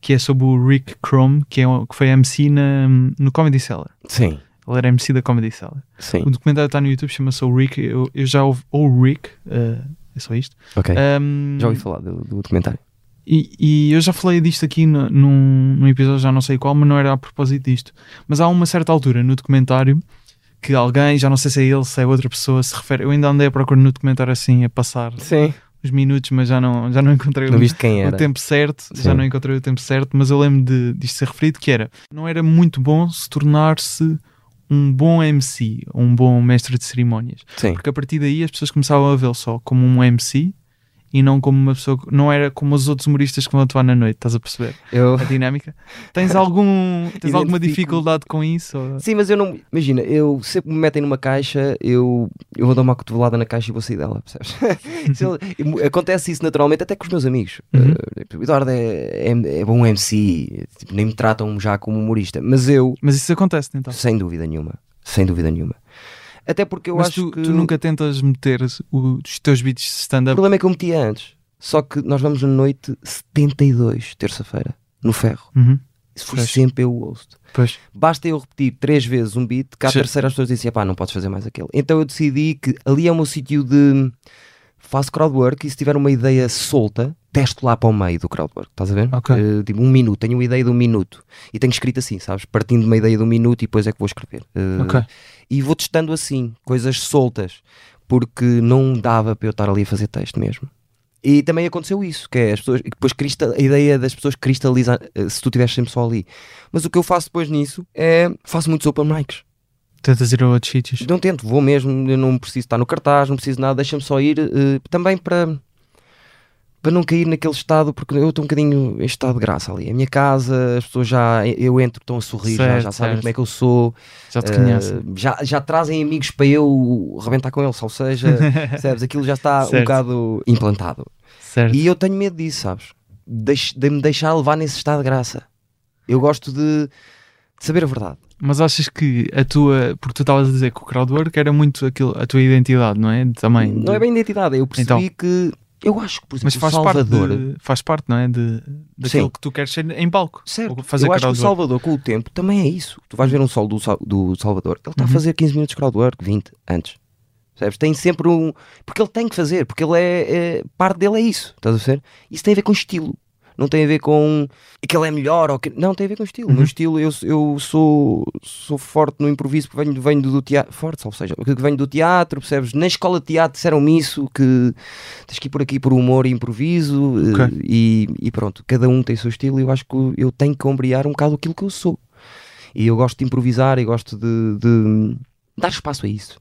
Speaker 1: que é sobre o Rick Crom, que, é, o- que foi MC na, no Comedy Cellar.
Speaker 2: sim,
Speaker 1: Ele era MC da Comedy Cellar.
Speaker 2: sim,
Speaker 1: O documentário está no YouTube, chama-se O Rick. Eu, eu já ouvi O Rick, eh, é só isto.
Speaker 2: ok.
Speaker 1: Ahm,
Speaker 2: Já ouvi falar do, do documentário.
Speaker 1: e, e eu já falei disto aqui no- num, num episódio, já não sei qual, mas não era a propósito disto. Mas há uma certa altura no documentário que alguém, já não sei se é ele, se é outra pessoa, se refere. Eu ainda andei a procurar no documentário assim, a passar
Speaker 2: Sim.
Speaker 1: os minutos, mas já não, já não encontrei
Speaker 2: Não
Speaker 1: o,
Speaker 2: viste quem
Speaker 1: o
Speaker 2: era?
Speaker 1: tempo certo. Já
Speaker 2: Sim.
Speaker 1: não encontrei o tempo certo, mas eu lembro de, disto ser referido que era: não era muito bom se tornar-se um bom MC, um bom mestre de cerimónias.
Speaker 2: Sim.
Speaker 1: Porque a partir daí as pessoas começavam a vê-lo só como um MC e não como uma pessoa. que- Não era como os outros humoristas que vão atuar na noite, estás a perceber?
Speaker 2: Eu...
Speaker 1: A dinâmica. Tens, algum, tens
Speaker 2: Identifico-me.
Speaker 1: alguma dificuldade com isso? Ou-
Speaker 2: Sim, mas eu não. Imagina, eu sempre me metem numa caixa, eu, eu vou dar uma cotovelada na caixa e vou sair dela, percebes? Se ele- Acontece isso naturalmente, até com os meus amigos.
Speaker 1: Uhum.
Speaker 2: Eh, tipo, Eduardo é, é, é bom MC, tipo, nem me tratam já como humorista, mas eu,
Speaker 1: Mas isso acontece então.
Speaker 2: sem dúvida nenhuma, sem dúvida nenhuma. Até porque eu
Speaker 1: Mas
Speaker 2: acho
Speaker 1: tu,
Speaker 2: que.
Speaker 1: tu nunca tentas meter o- os teus beats de
Speaker 2: O
Speaker 1: stand-up.
Speaker 2: problema é que eu meti antes. Só que nós vamos na noite 72, terça-feira, no ferro.
Speaker 1: Uhum,
Speaker 2: Isso foi
Speaker 1: Pois.
Speaker 2: sempre eu o host.
Speaker 1: Pois.
Speaker 2: basta eu repetir três vezes um beat, que à
Speaker 1: Sim.
Speaker 2: terceira as pessoas dizem, pá, não podes fazer mais aquele. Então eu decidi que ali é o meu sítio de faço crowdwork e se tiver uma ideia solta, testo lá para o meio do crowdwork, estás a ver?
Speaker 1: Ok.
Speaker 2: Eh, tipo um minuto, tenho uma ideia de um minuto e tenho escrito assim, sabes? Partindo de uma ideia de um minuto e depois é que vou escrever. Eh,
Speaker 1: Ok.
Speaker 2: E vou testando assim, coisas soltas, porque não dava para eu estar ali a fazer texto mesmo. E também aconteceu isso, que é as pessoas, e depois crista- a ideia das pessoas cristaliza eh, se tu estiveres sempre só ali. Mas o que eu faço depois nisso é faço muitos open mics.
Speaker 1: Tentas ir a outros sítios.
Speaker 2: Não tento, vou mesmo, eu não preciso estar no cartaz, não preciso nada, deixa-me só ir eh, também para para não cair naquele estado, porque eu estou um bocadinho em estado de graça ali. A minha casa, as pessoas já, eu entro, estão a sorrir, já,
Speaker 1: Certo,
Speaker 2: já sabem
Speaker 1: certo.
Speaker 2: como é que eu sou.
Speaker 1: Já te
Speaker 2: Eh,
Speaker 1: conhecem.
Speaker 2: já, já trazem amigos para eu rebentar com eles, ou seja, percebes? Aquilo já está um
Speaker 1: Certo.
Speaker 2: bocado implantado.
Speaker 1: Certo.
Speaker 2: E eu tenho medo disso, sabes? Deix- de me deixar levar nesse estado de graça. Eu gosto de, de saber a verdade.
Speaker 1: Mas achas que a tua. Porque tu estavas a dizer que o crowdwork era muito aquilo, a tua identidade, não é? Também.
Speaker 2: Não é bem identidade, eu percebi
Speaker 1: Então.
Speaker 2: que. Eu acho que, por exemplo,
Speaker 1: Mas faz
Speaker 2: o Salvador.
Speaker 1: parte, de- faz parte, não é? De, daquilo
Speaker 2: Sim.
Speaker 1: que tu queres ser em palco.
Speaker 2: Certo,
Speaker 1: Ou fazer
Speaker 2: eu acho que o
Speaker 1: crowdwork.
Speaker 2: Salvador com o tempo também é isso. Tu vais ver um solo do, Sal- do Salvador, ele está a fazer 15 minutos de crowdwork, 20 antes. Percebes? Tem sempre um. Porque ele tem que fazer, porque ele é. é- parte dele é isso, estás a ver? Isso tem a ver com estilo. Não tem a ver com que ele é melhor ou que. Não, tem a ver com estilo.
Speaker 1: Uhum.
Speaker 2: No estilo, eu, eu sou, sou forte no improviso, porque venho, venho do teatro. Forte, ou seja, que venho do teatro, percebes? Na escola de teatro disseram-me isso, um que tens que ir por aqui por humor e improviso eh,
Speaker 1: Ok.
Speaker 2: e, e pronto, cada um tem o seu estilo e eu acho que eu tenho que ombrear um bocado aquilo que eu sou. E eu gosto de improvisar e gosto de, de dar espaço a isso.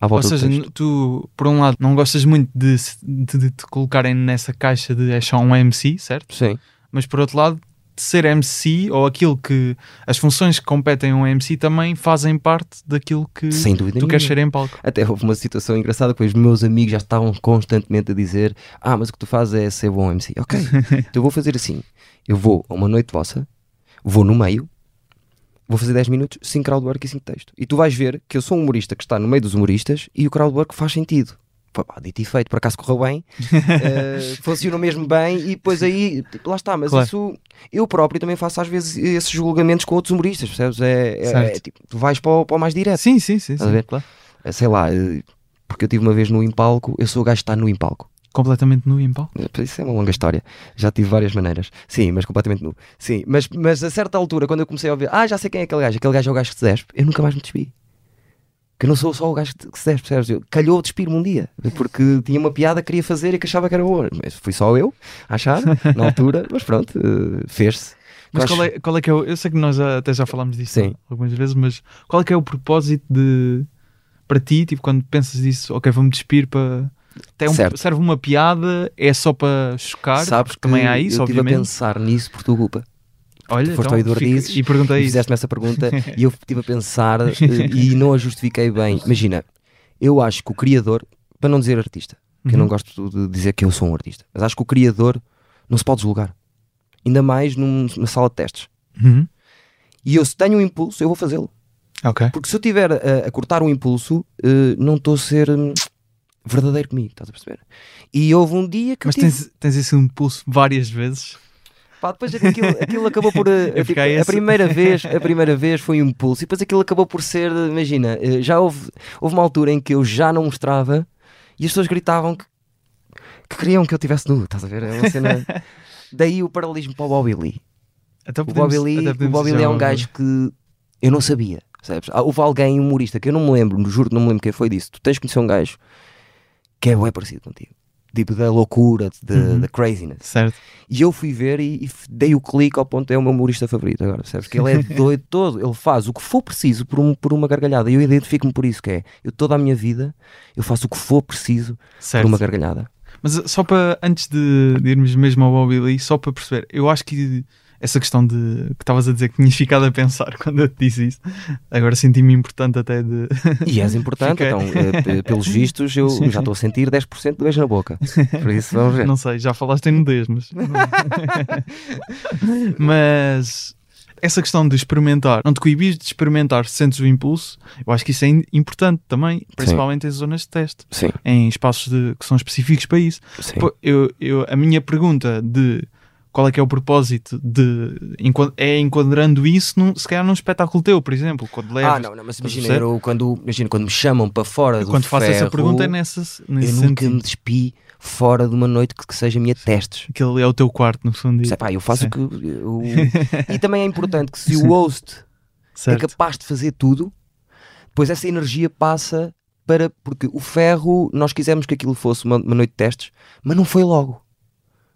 Speaker 2: À
Speaker 1: Ou
Speaker 2: volta
Speaker 1: seja,
Speaker 2: do texto.
Speaker 1: n- tu, por um lado, não gostas muito de, se- de- de te colocarem nessa caixa de é só um MC, certo?
Speaker 2: Sim.
Speaker 1: Mas por outro lado, de ser MC ou aquilo que. As funções que competem a um MC também fazem parte daquilo que
Speaker 2: Sem dúvida
Speaker 1: tu queres
Speaker 2: nenhuma.
Speaker 1: ser em palco.
Speaker 2: Até houve uma situação engraçada que os meus amigos já estavam constantemente a dizer: Ah, mas o que tu fazes é ser bom MC. Ok, então eu vou fazer assim: eu vou a uma noite vossa, vou no meio, vou fazer 10 minutos, 5 crowdwork e 5 texto. E tu vais ver que eu sou um humorista que está no meio dos humoristas e o crowdwork faz sentido. Pô, pá, dito e feito, por acaso correu bem, eh, funcionou mesmo bem e depois aí, tipo, lá está, mas
Speaker 1: Claro.
Speaker 2: isso eu próprio também faço às vezes esses julgamentos com outros humoristas, percebes? É, é-
Speaker 1: Certo.
Speaker 2: é tipo, tu vais para o, para o mais direto.
Speaker 1: Sim, sim, sim.
Speaker 2: É. Estás a
Speaker 1: sim,
Speaker 2: ver?
Speaker 1: claro.
Speaker 2: Eh, sei lá, eh, porque eu tive uma vez no Impalco, eu sou o gajo que está no Impalco.
Speaker 1: Completamente nu e em palco.
Speaker 2: Eh, Isso é uma longa história. Já tive várias maneiras. Sim, mas completamente nu. Sim, mas, mas a certa altura, quando eu comecei a ouvir, ah, já sei quem é aquele gajo, aquele gajo é o gajo que se despe, eu nunca mais me despi. Que eu não sou só o gajo que que se despe, percebes? Eu, calhou despir-me um dia, porque tinha uma piada que queria fazer e que achava que era boa. Mas fui só eu, a achar, na altura, mas pronto, eh, fez-se.
Speaker 1: Mas
Speaker 2: Eu
Speaker 1: qual
Speaker 2: acho-
Speaker 1: é, qual é que é o. Eu sei que nós já- até já falámos disso
Speaker 2: Sim.
Speaker 1: algumas vezes, mas qual é que é o propósito de. para ti, tipo, quando pensas disso, ok, vou-me despir para. até um-
Speaker 2: Certo.
Speaker 1: serve uma piada, é só para chocar,
Speaker 2: Sabes que
Speaker 1: porque também há isso,
Speaker 2: eu estive a
Speaker 1: obviamente.
Speaker 2: pensar nisso por tua culpa.
Speaker 1: Olha,
Speaker 2: foste
Speaker 1: então,
Speaker 2: ao Eduardo
Speaker 1: fica-
Speaker 2: Dizes
Speaker 1: e perguntei
Speaker 2: e
Speaker 1: isso.
Speaker 2: fizeste-me essa pergunta e eu estive a pensar eh, e não a justifiquei bem. Imagina, eu acho que o criador, para não dizer artista, que
Speaker 1: Uhum.
Speaker 2: eu não gosto de dizer que eu sou um artista, mas acho que o criador não se pode julgar. Ainda mais num- numa sala de testes.
Speaker 1: Uhum.
Speaker 2: E eu, se tenho um impulso, eu vou fazê-lo.
Speaker 1: Ok.
Speaker 2: Porque se eu estiver a, a cortar um impulso, eh, não estou a ser hum, verdadeiro comigo, estás a perceber? E houve um dia que eu
Speaker 1: Mas
Speaker 2: tive-
Speaker 1: tens, tens esse impulso várias vezes.
Speaker 2: Pá, depois é que aquilo, aquilo acabou por. eh,
Speaker 1: Eu
Speaker 2: tipo,
Speaker 1: fiquei
Speaker 2: a,
Speaker 1: esse.
Speaker 2: primeira vez, a primeira vez foi um impulso, e depois aquilo acabou por ser. eh, Imagina, eh, já houve, houve uma altura em que eu já não mostrava e as pessoas gritavam que, que queriam que eu tivesse nu, estás a ver? É uma cena. Daí o paralelismo para o Bobby Lee.
Speaker 1: Até
Speaker 2: O Bobby Lee, o Bobby Lee é um gajo que eu não sabia, percebes? Há- Houve alguém, um humorista, que eu não me lembro, juro que não me lembro quem foi disso. Tu tens de conhecer um gajo que é bem parecido contigo. Tipo da loucura, de-
Speaker 1: Uhum.
Speaker 2: da craziness.
Speaker 1: Certo.
Speaker 2: E eu fui ver e, e f- dei o clique ao ponto, é o meu humorista favorito agora, percebes? Que ele é doido todo, ele faz o que for preciso por, um- por uma gargalhada. E eu identifico-me por isso, que é, eu toda a minha vida, eu faço o que for preciso
Speaker 1: certo.
Speaker 2: por uma gargalhada.
Speaker 1: Mas uh, só para, antes de, de irmos mesmo ao Bobby Lee, só para perceber, eu acho que essa questão de que estavas a dizer que tinhas ficado a pensar quando eu te disse isso, agora senti-me importante até de.
Speaker 2: E és importante,
Speaker 1: Fiquei.
Speaker 2: então, eh, p- pelos vistos, eu já estou a sentir 10% de beijo na boca. Por isso, vamos ver.
Speaker 1: Não sei, já falaste em nudez, mas. mas. Essa questão de experimentar, não te coibires de experimentar, sentes o impulso, eu acho que isso é in- importante também, principalmente em zonas de teste,
Speaker 2: Sim,
Speaker 1: em espaços de- que são específicos para isso.
Speaker 2: sim.
Speaker 1: Pô, eu, eu- a minha pergunta de qual é que é o propósito de enquan- é enquadrando isso num, se calhar num espetáculo teu, por exemplo, quando levas,
Speaker 2: ah, não, não, mas
Speaker 1: Estás a
Speaker 2: imagina,
Speaker 1: perceber?
Speaker 2: eu quando, imagina, quando me chamam para fora do
Speaker 1: quando faço essa
Speaker 2: ferro,
Speaker 1: pergunta é nessa, nesse
Speaker 2: eu nunca
Speaker 1: sentido.
Speaker 2: me despi fora de uma noite que, que seja a minha testes.
Speaker 1: Aquilo ali é o teu quarto, no fundo. e-
Speaker 2: Sei, é pá, eu faço
Speaker 1: Sim.
Speaker 2: o que. eu- E também é importante que se o host
Speaker 1: certo.
Speaker 2: é capaz de fazer tudo, pois essa energia passa para. Porque o ferro, nós quisemos que aquilo fosse uma, uma noite de testes, mas não foi logo.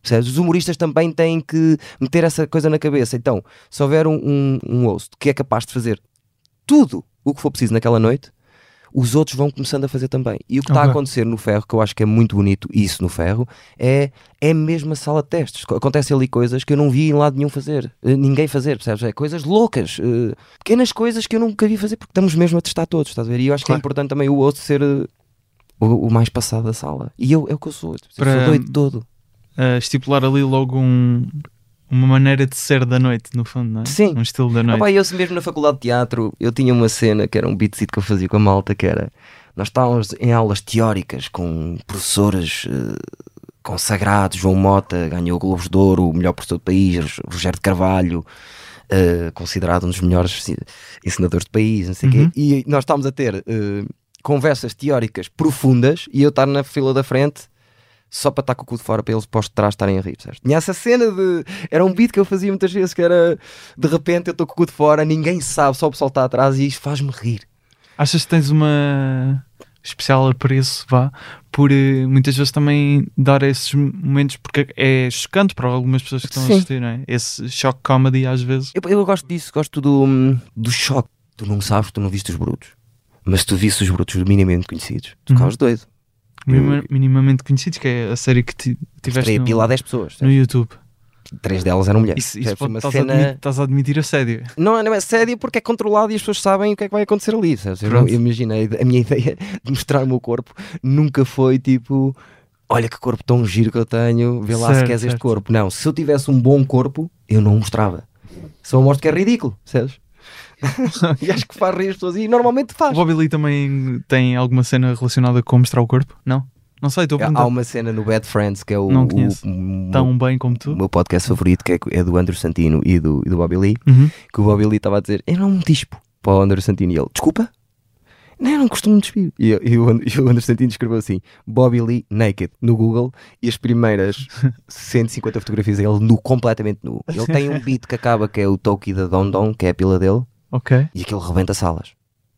Speaker 2: Percebes? Os humoristas também têm que meter essa coisa na cabeça. Então, se houver um, um, um host que é capaz de fazer tudo o que for preciso naquela noite, os outros vão começando a fazer também. E o que está a
Speaker 1: Ok.
Speaker 2: acontecer no ferro, que eu acho que é muito bonito, isso no ferro, é, é mesmo a sala de testes. Co- Acontecem ali coisas que eu não vi em lado nenhum fazer, eh, ninguém fazer, percebes? É coisas loucas, eh, pequenas coisas que eu nunca vi fazer, porque estamos mesmo a testar todos, estás a ver? E eu acho que é
Speaker 1: Claro.
Speaker 2: importante também o outro ser eh, o, o mais passado da sala. E eu, é o que eu sou, eu
Speaker 1: Para-
Speaker 2: sou doido todo.
Speaker 1: Ah, estipular ali logo um- uma maneira de ser da noite, no fundo, não é?
Speaker 2: Sim.
Speaker 1: Um estilo da
Speaker 2: Ah,
Speaker 1: noite.
Speaker 2: pá, eu se mesmo na faculdade de teatro, eu tinha uma cena que era um beatzito que eu fazia com a malta, que era nós estávamos em aulas teóricas com professores eh, consagrados, João Mota ganhou Globos de Ouro, o melhor professor do país, Rogério de Carvalho, eh, considerado um dos melhores si- ensinadores do país, não sei o
Speaker 1: Uhum.
Speaker 2: quê, e nós estávamos a ter eh, conversas teóricas profundas e eu estar na fila da frente só para estar com o cu de fora para eles postos de trás estarem a rir, percebes? Tinha essa cena de. Era um beat que eu fazia muitas vezes, que era de repente eu estou com o cu de fora, ninguém sabe, só o pessoal está atrás e isto faz-me rir.
Speaker 1: Achas que tens uma especial apreço, vá, por eh, muitas vezes também dar esses momentos, porque é chocante para algumas pessoas que estão
Speaker 2: Sim.
Speaker 1: a assistir, não é? Esse choque comedy às vezes.
Speaker 2: Eu, eu gosto disso, gosto do, hum, do choque. Tu não sabes, tu não viste os brutos. Mas se tu visse os brutos minimamente conhecidos, tu
Speaker 1: Uhum.
Speaker 2: ficavas doido.
Speaker 1: Minima- minimamente conhecidos, que é a série que ti- tiveste
Speaker 2: Estaria a pilar
Speaker 1: no,
Speaker 2: 10 pessoas.
Speaker 1: no YouTube.
Speaker 2: Três delas eram mulheres.
Speaker 1: Isso, isso
Speaker 2: Percebes?
Speaker 1: pode,
Speaker 2: Uma
Speaker 1: estás, a
Speaker 2: cena-
Speaker 1: admitir, estás a admitir assédio.
Speaker 2: Não, não é sério porque é controlado e as pessoas sabem o que é que vai acontecer ali. percebes? Eu, não-
Speaker 1: Pronto.
Speaker 2: eu imaginei, a minha ideia de mostrar o meu corpo nunca foi tipo: olha que corpo tão giro que eu tenho, vê lá se
Speaker 1: Certo,
Speaker 2: queres este
Speaker 1: certo.
Speaker 2: corpo. Não, se eu tivesse um bom corpo, eu não mostrava. Só mostro que é ridículo, percebes? e acho que faz rir as pessoas e
Speaker 1: O
Speaker 2: normalmente faz.
Speaker 1: Bobby Lee também tem alguma cena relacionada com mostrar o corpo? Não? Não sei, estou a perguntar.
Speaker 2: Há um uma cena no Bad Friends que é o,
Speaker 1: Não
Speaker 2: o-
Speaker 1: conheço.
Speaker 2: o-
Speaker 1: Tão bem como
Speaker 2: o
Speaker 1: tu?
Speaker 2: meu podcast favorito, que é, é do Andrew Santino e do, e do Bobby Lee.
Speaker 1: Uhum.
Speaker 2: que o Bobby Lee estava a dizer: Eu não me dispo para o André Santino. E ele: Desculpa, não, eu não costumo me despir. E, eu- e o, And- e o André Santino escreveu assim: Bobby Lee naked no Google. E as primeiras 150 fotografias dele nu, completamente nu. Ele tem um beat que acaba que é o Toki da Don Don, que é a pila dele,
Speaker 1: Ok.
Speaker 2: e aquilo rebenta salas.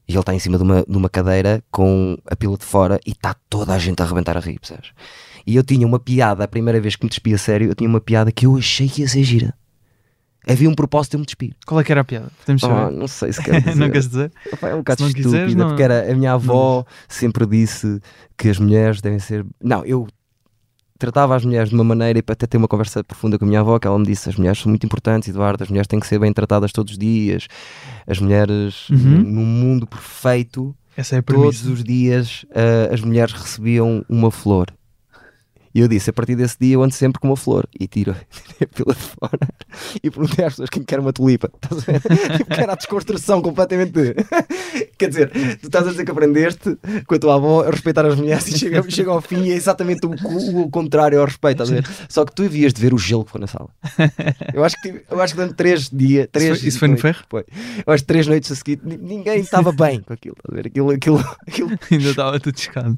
Speaker 2: E ele está em cima de uma, de uma cadeira com a pila de fora e está toda a gente a rebentar a rir, percebes? E eu tinha uma piada, a primeira vez que me despi a sério, eu tinha uma piada que eu achei que ia ser gira. Havia um propósito de eu me despir.
Speaker 1: Qual é que era a piada? Podemos
Speaker 2: Ah,
Speaker 1: saber.
Speaker 2: não sei se quero dizer.
Speaker 1: não queres dizer?
Speaker 2: Epá, é um bocado
Speaker 1: não
Speaker 2: estúpida,
Speaker 1: quiseres, não-
Speaker 2: porque era, a minha avó sempre disse que as mulheres devem ser. Não, eu tratava as mulheres de uma maneira e para até ter uma conversa profunda com a minha avó, que ela me disse: as mulheres são muito importantes, Eduardo, as mulheres têm que ser bem tratadas todos os dias, as mulheres
Speaker 1: Uhum.
Speaker 2: num- num mundo perfeito,
Speaker 1: Essa é a
Speaker 2: todos
Speaker 1: premissa.
Speaker 2: os dias ah, as mulheres recebiam uma flor. E eu disse, a partir desse dia eu ando sempre com uma flor e tiro tirei a pila de fora e perguntei às pessoas quem quer uma tulipa. Estás a ver? Tipo, que era a desconstrução completamente. de- Quer dizer, tu estás a dizer que aprendeste com a tua avó a respeitar as mulheres e chega, chega ao fim e é exatamente o, o- o contrário ao respeito. Estás a ver? Só que tu havias de ver o gelo que foi na sala. Eu acho que, tive- eu acho que durante três dias. Três
Speaker 1: foi- isso foi no
Speaker 2: noites-
Speaker 1: ferro?
Speaker 2: Foi. Eu acho que três noites a seguir ni- ninguém estava bem com aquilo. Estás a ver? Aquilo, aquilo, aquilo
Speaker 1: Ainda estava tudo chocado.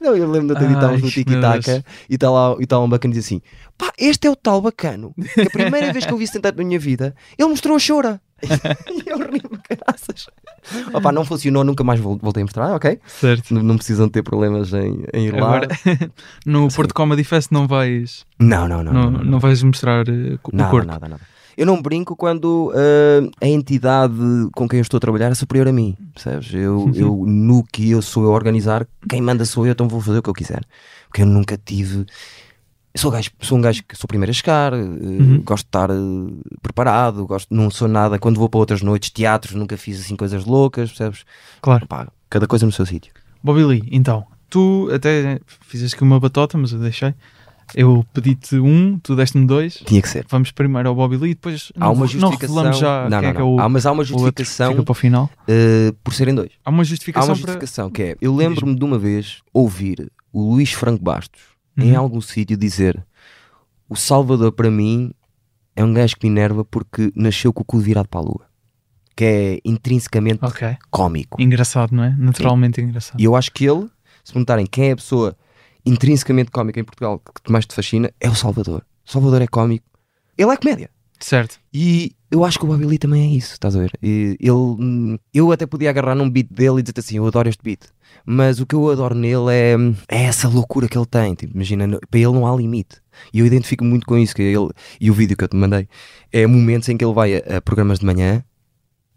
Speaker 2: não, eu lembro de outro dia
Speaker 1: Ai,
Speaker 2: estávamos no Tiki
Speaker 1: meu Deus.
Speaker 2: Taka e está lá, e tá lá um bacana e diz assim: pá, este é o tal bacano que a primeira vez que eu vi sentado na minha vida, ele mostrou a chora. e eu ri-me, caraças. Opá, não funcionou, nunca mais vol- voltei a mostrar, ok?
Speaker 1: Certo.
Speaker 2: Não, não precisam ter problemas em, em ir lá.
Speaker 1: Agora, no Porto Comedy Fest não vais,
Speaker 2: Não, não, não.
Speaker 1: não, não, vais mostrar eh, co- o
Speaker 2: Nada,
Speaker 1: corpo.
Speaker 2: nada, nada. Eu não brinco quando ah, a entidade com quem eu estou a trabalhar é superior a mim, percebes? Eu,
Speaker 1: Uhum.
Speaker 2: eu no que eu sou eu a organizar, quem manda sou eu, então vou fazer o que eu quiser. Porque eu nunca tive. Eu sou, gajo- sou um gajo que sou o primeiro a chegar, eh,
Speaker 1: Uhum.
Speaker 2: gosto de estar eh, preparado, gosto, não sou nada. Quando vou para outras noites, teatros, nunca fiz assim coisas loucas, percebes?
Speaker 1: Claro.
Speaker 2: Pá, cada coisa no seu sítio.
Speaker 1: Bobby Lee, então, tu até fizeste uma batota, mas eu deixei. Eu pedi-te um, tu deste-me dois.
Speaker 2: Tinha que ser.
Speaker 1: Vamos primeiro ao Bobby Lee e depois
Speaker 2: Há
Speaker 1: não,
Speaker 2: uma
Speaker 1: re- não
Speaker 2: justificação.
Speaker 1: revelamos já
Speaker 2: Não,
Speaker 1: quem é
Speaker 2: não,
Speaker 1: que é
Speaker 2: não.
Speaker 1: o,
Speaker 2: Há- mas há uma
Speaker 1: o outro que
Speaker 2: justificação
Speaker 1: fica para o final.
Speaker 2: eh, por serem dois.
Speaker 1: Há uma
Speaker 2: Há
Speaker 1: justificação,
Speaker 2: uma
Speaker 1: para...
Speaker 2: justificação que é: eu lembro-me de uma vez ouvir o Luís Franco Bastos em
Speaker 1: Uhum.
Speaker 2: algum sítio dizer: O Salvador para mim é um gajo que me enerva porque nasceu com o cu virado para a lua, que é intrinsecamente
Speaker 1: Ok.
Speaker 2: cómico.
Speaker 1: Engraçado, não é? Naturalmente engraçado.
Speaker 2: E eu acho que ele, se perguntarem quem é a pessoa intrinsecamente cómica em Portugal que mais te fascina, é o Salvador. O Salvador é cómico, ele é comédia.
Speaker 1: Certo.
Speaker 2: E eu acho que o Bobby Lee também é isso, estás a ver? E ele, hum, eu até podia agarrar num beat dele e dizer assim: Eu adoro este beat. Mas o que eu adoro nele é, hum, é essa loucura que ele tem. Tipo, imagina, no- para ele não há limite. E eu identifico muito com isso. Que ele, e o vídeo que eu te mandei é momentos em que ele vai a, a programas de manhã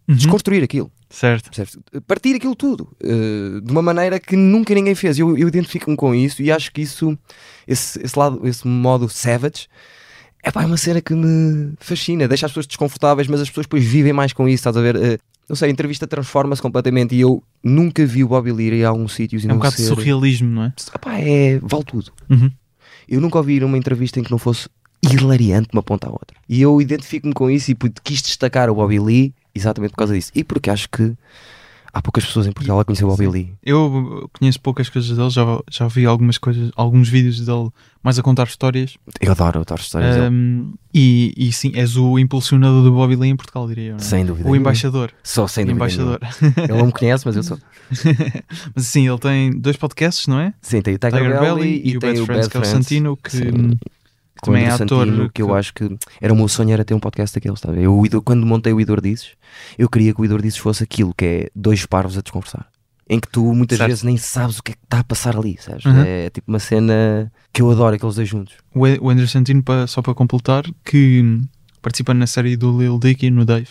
Speaker 1: Uhum.
Speaker 2: desconstruir aquilo.
Speaker 1: Certo.
Speaker 2: Percebes? Partir aquilo tudo eh, de uma maneira que nunca ninguém fez. Eu, eu identifico-me com isso e acho que isso, esse, esse lado, esse modo savage, é pá, é uma cena que me fascina. Deixa as pessoas desconfortáveis, mas as pessoas depois vivem mais com isso. Estás a ver? Eh, não sei, a entrevista transforma-se completamente e eu nunca vi o Bobby Leary a alguns sítios e
Speaker 1: É
Speaker 2: não
Speaker 1: um bocado de
Speaker 2: ser-
Speaker 1: surrealismo, não é?
Speaker 2: Ah pá, é, vale tudo.
Speaker 1: Uhum.
Speaker 2: Eu nunca ouvi uma entrevista em que não fosse hilariante de uma ponta à outra. E eu identifico-me com isso e pude- quis destacar o Bobby Lee exatamente por causa disso. E porque acho que há poucas pessoas em Portugal a conhecer o Bobby Lee.
Speaker 1: Eu uh, conheço poucas coisas dele, já, já vi algumas coisas, alguns vídeos dele, mais a contar histórias.
Speaker 2: Eu adoro, adoro histórias dele.
Speaker 1: Um, e, e sim, és o impulsionador do Bobby Lee em Portugal, diria eu. Não é?
Speaker 2: Sem dúvida.
Speaker 1: O
Speaker 2: nenhuma.
Speaker 1: embaixador.
Speaker 2: Só sem dúvida.
Speaker 1: embaixador.
Speaker 2: nenhuma. Ele não me conhece, mas eu sou.
Speaker 1: Mas assim, ele tem dois podcasts, não é?
Speaker 2: Sim, tem o Tiger,
Speaker 1: Tiger
Speaker 2: Belly
Speaker 1: Belly e o
Speaker 2: tem
Speaker 1: Bad Friends, que é o Santino, que,
Speaker 2: Sim.
Speaker 1: hum, que
Speaker 2: com o
Speaker 1: também é
Speaker 2: Andrew
Speaker 1: ator.
Speaker 2: Santino, que eu acho que era o meu sonho era ter um podcast daqueles, sabe? Eu, o Idor- quando montei o Idor Dizes, eu queria que o Idor Dizes fosse aquilo que é dois parvos a desconversar. Em que tu muitas
Speaker 1: Certo.
Speaker 2: vezes nem sabes o que é que está a passar ali, sabes?
Speaker 1: Uhum.
Speaker 2: É tipo uma cena que eu adoro, aqueles dois juntos.
Speaker 1: O E- o Andrew Santino, pa- só para completar, que hum, participa na série do Lil Dicky no Dave.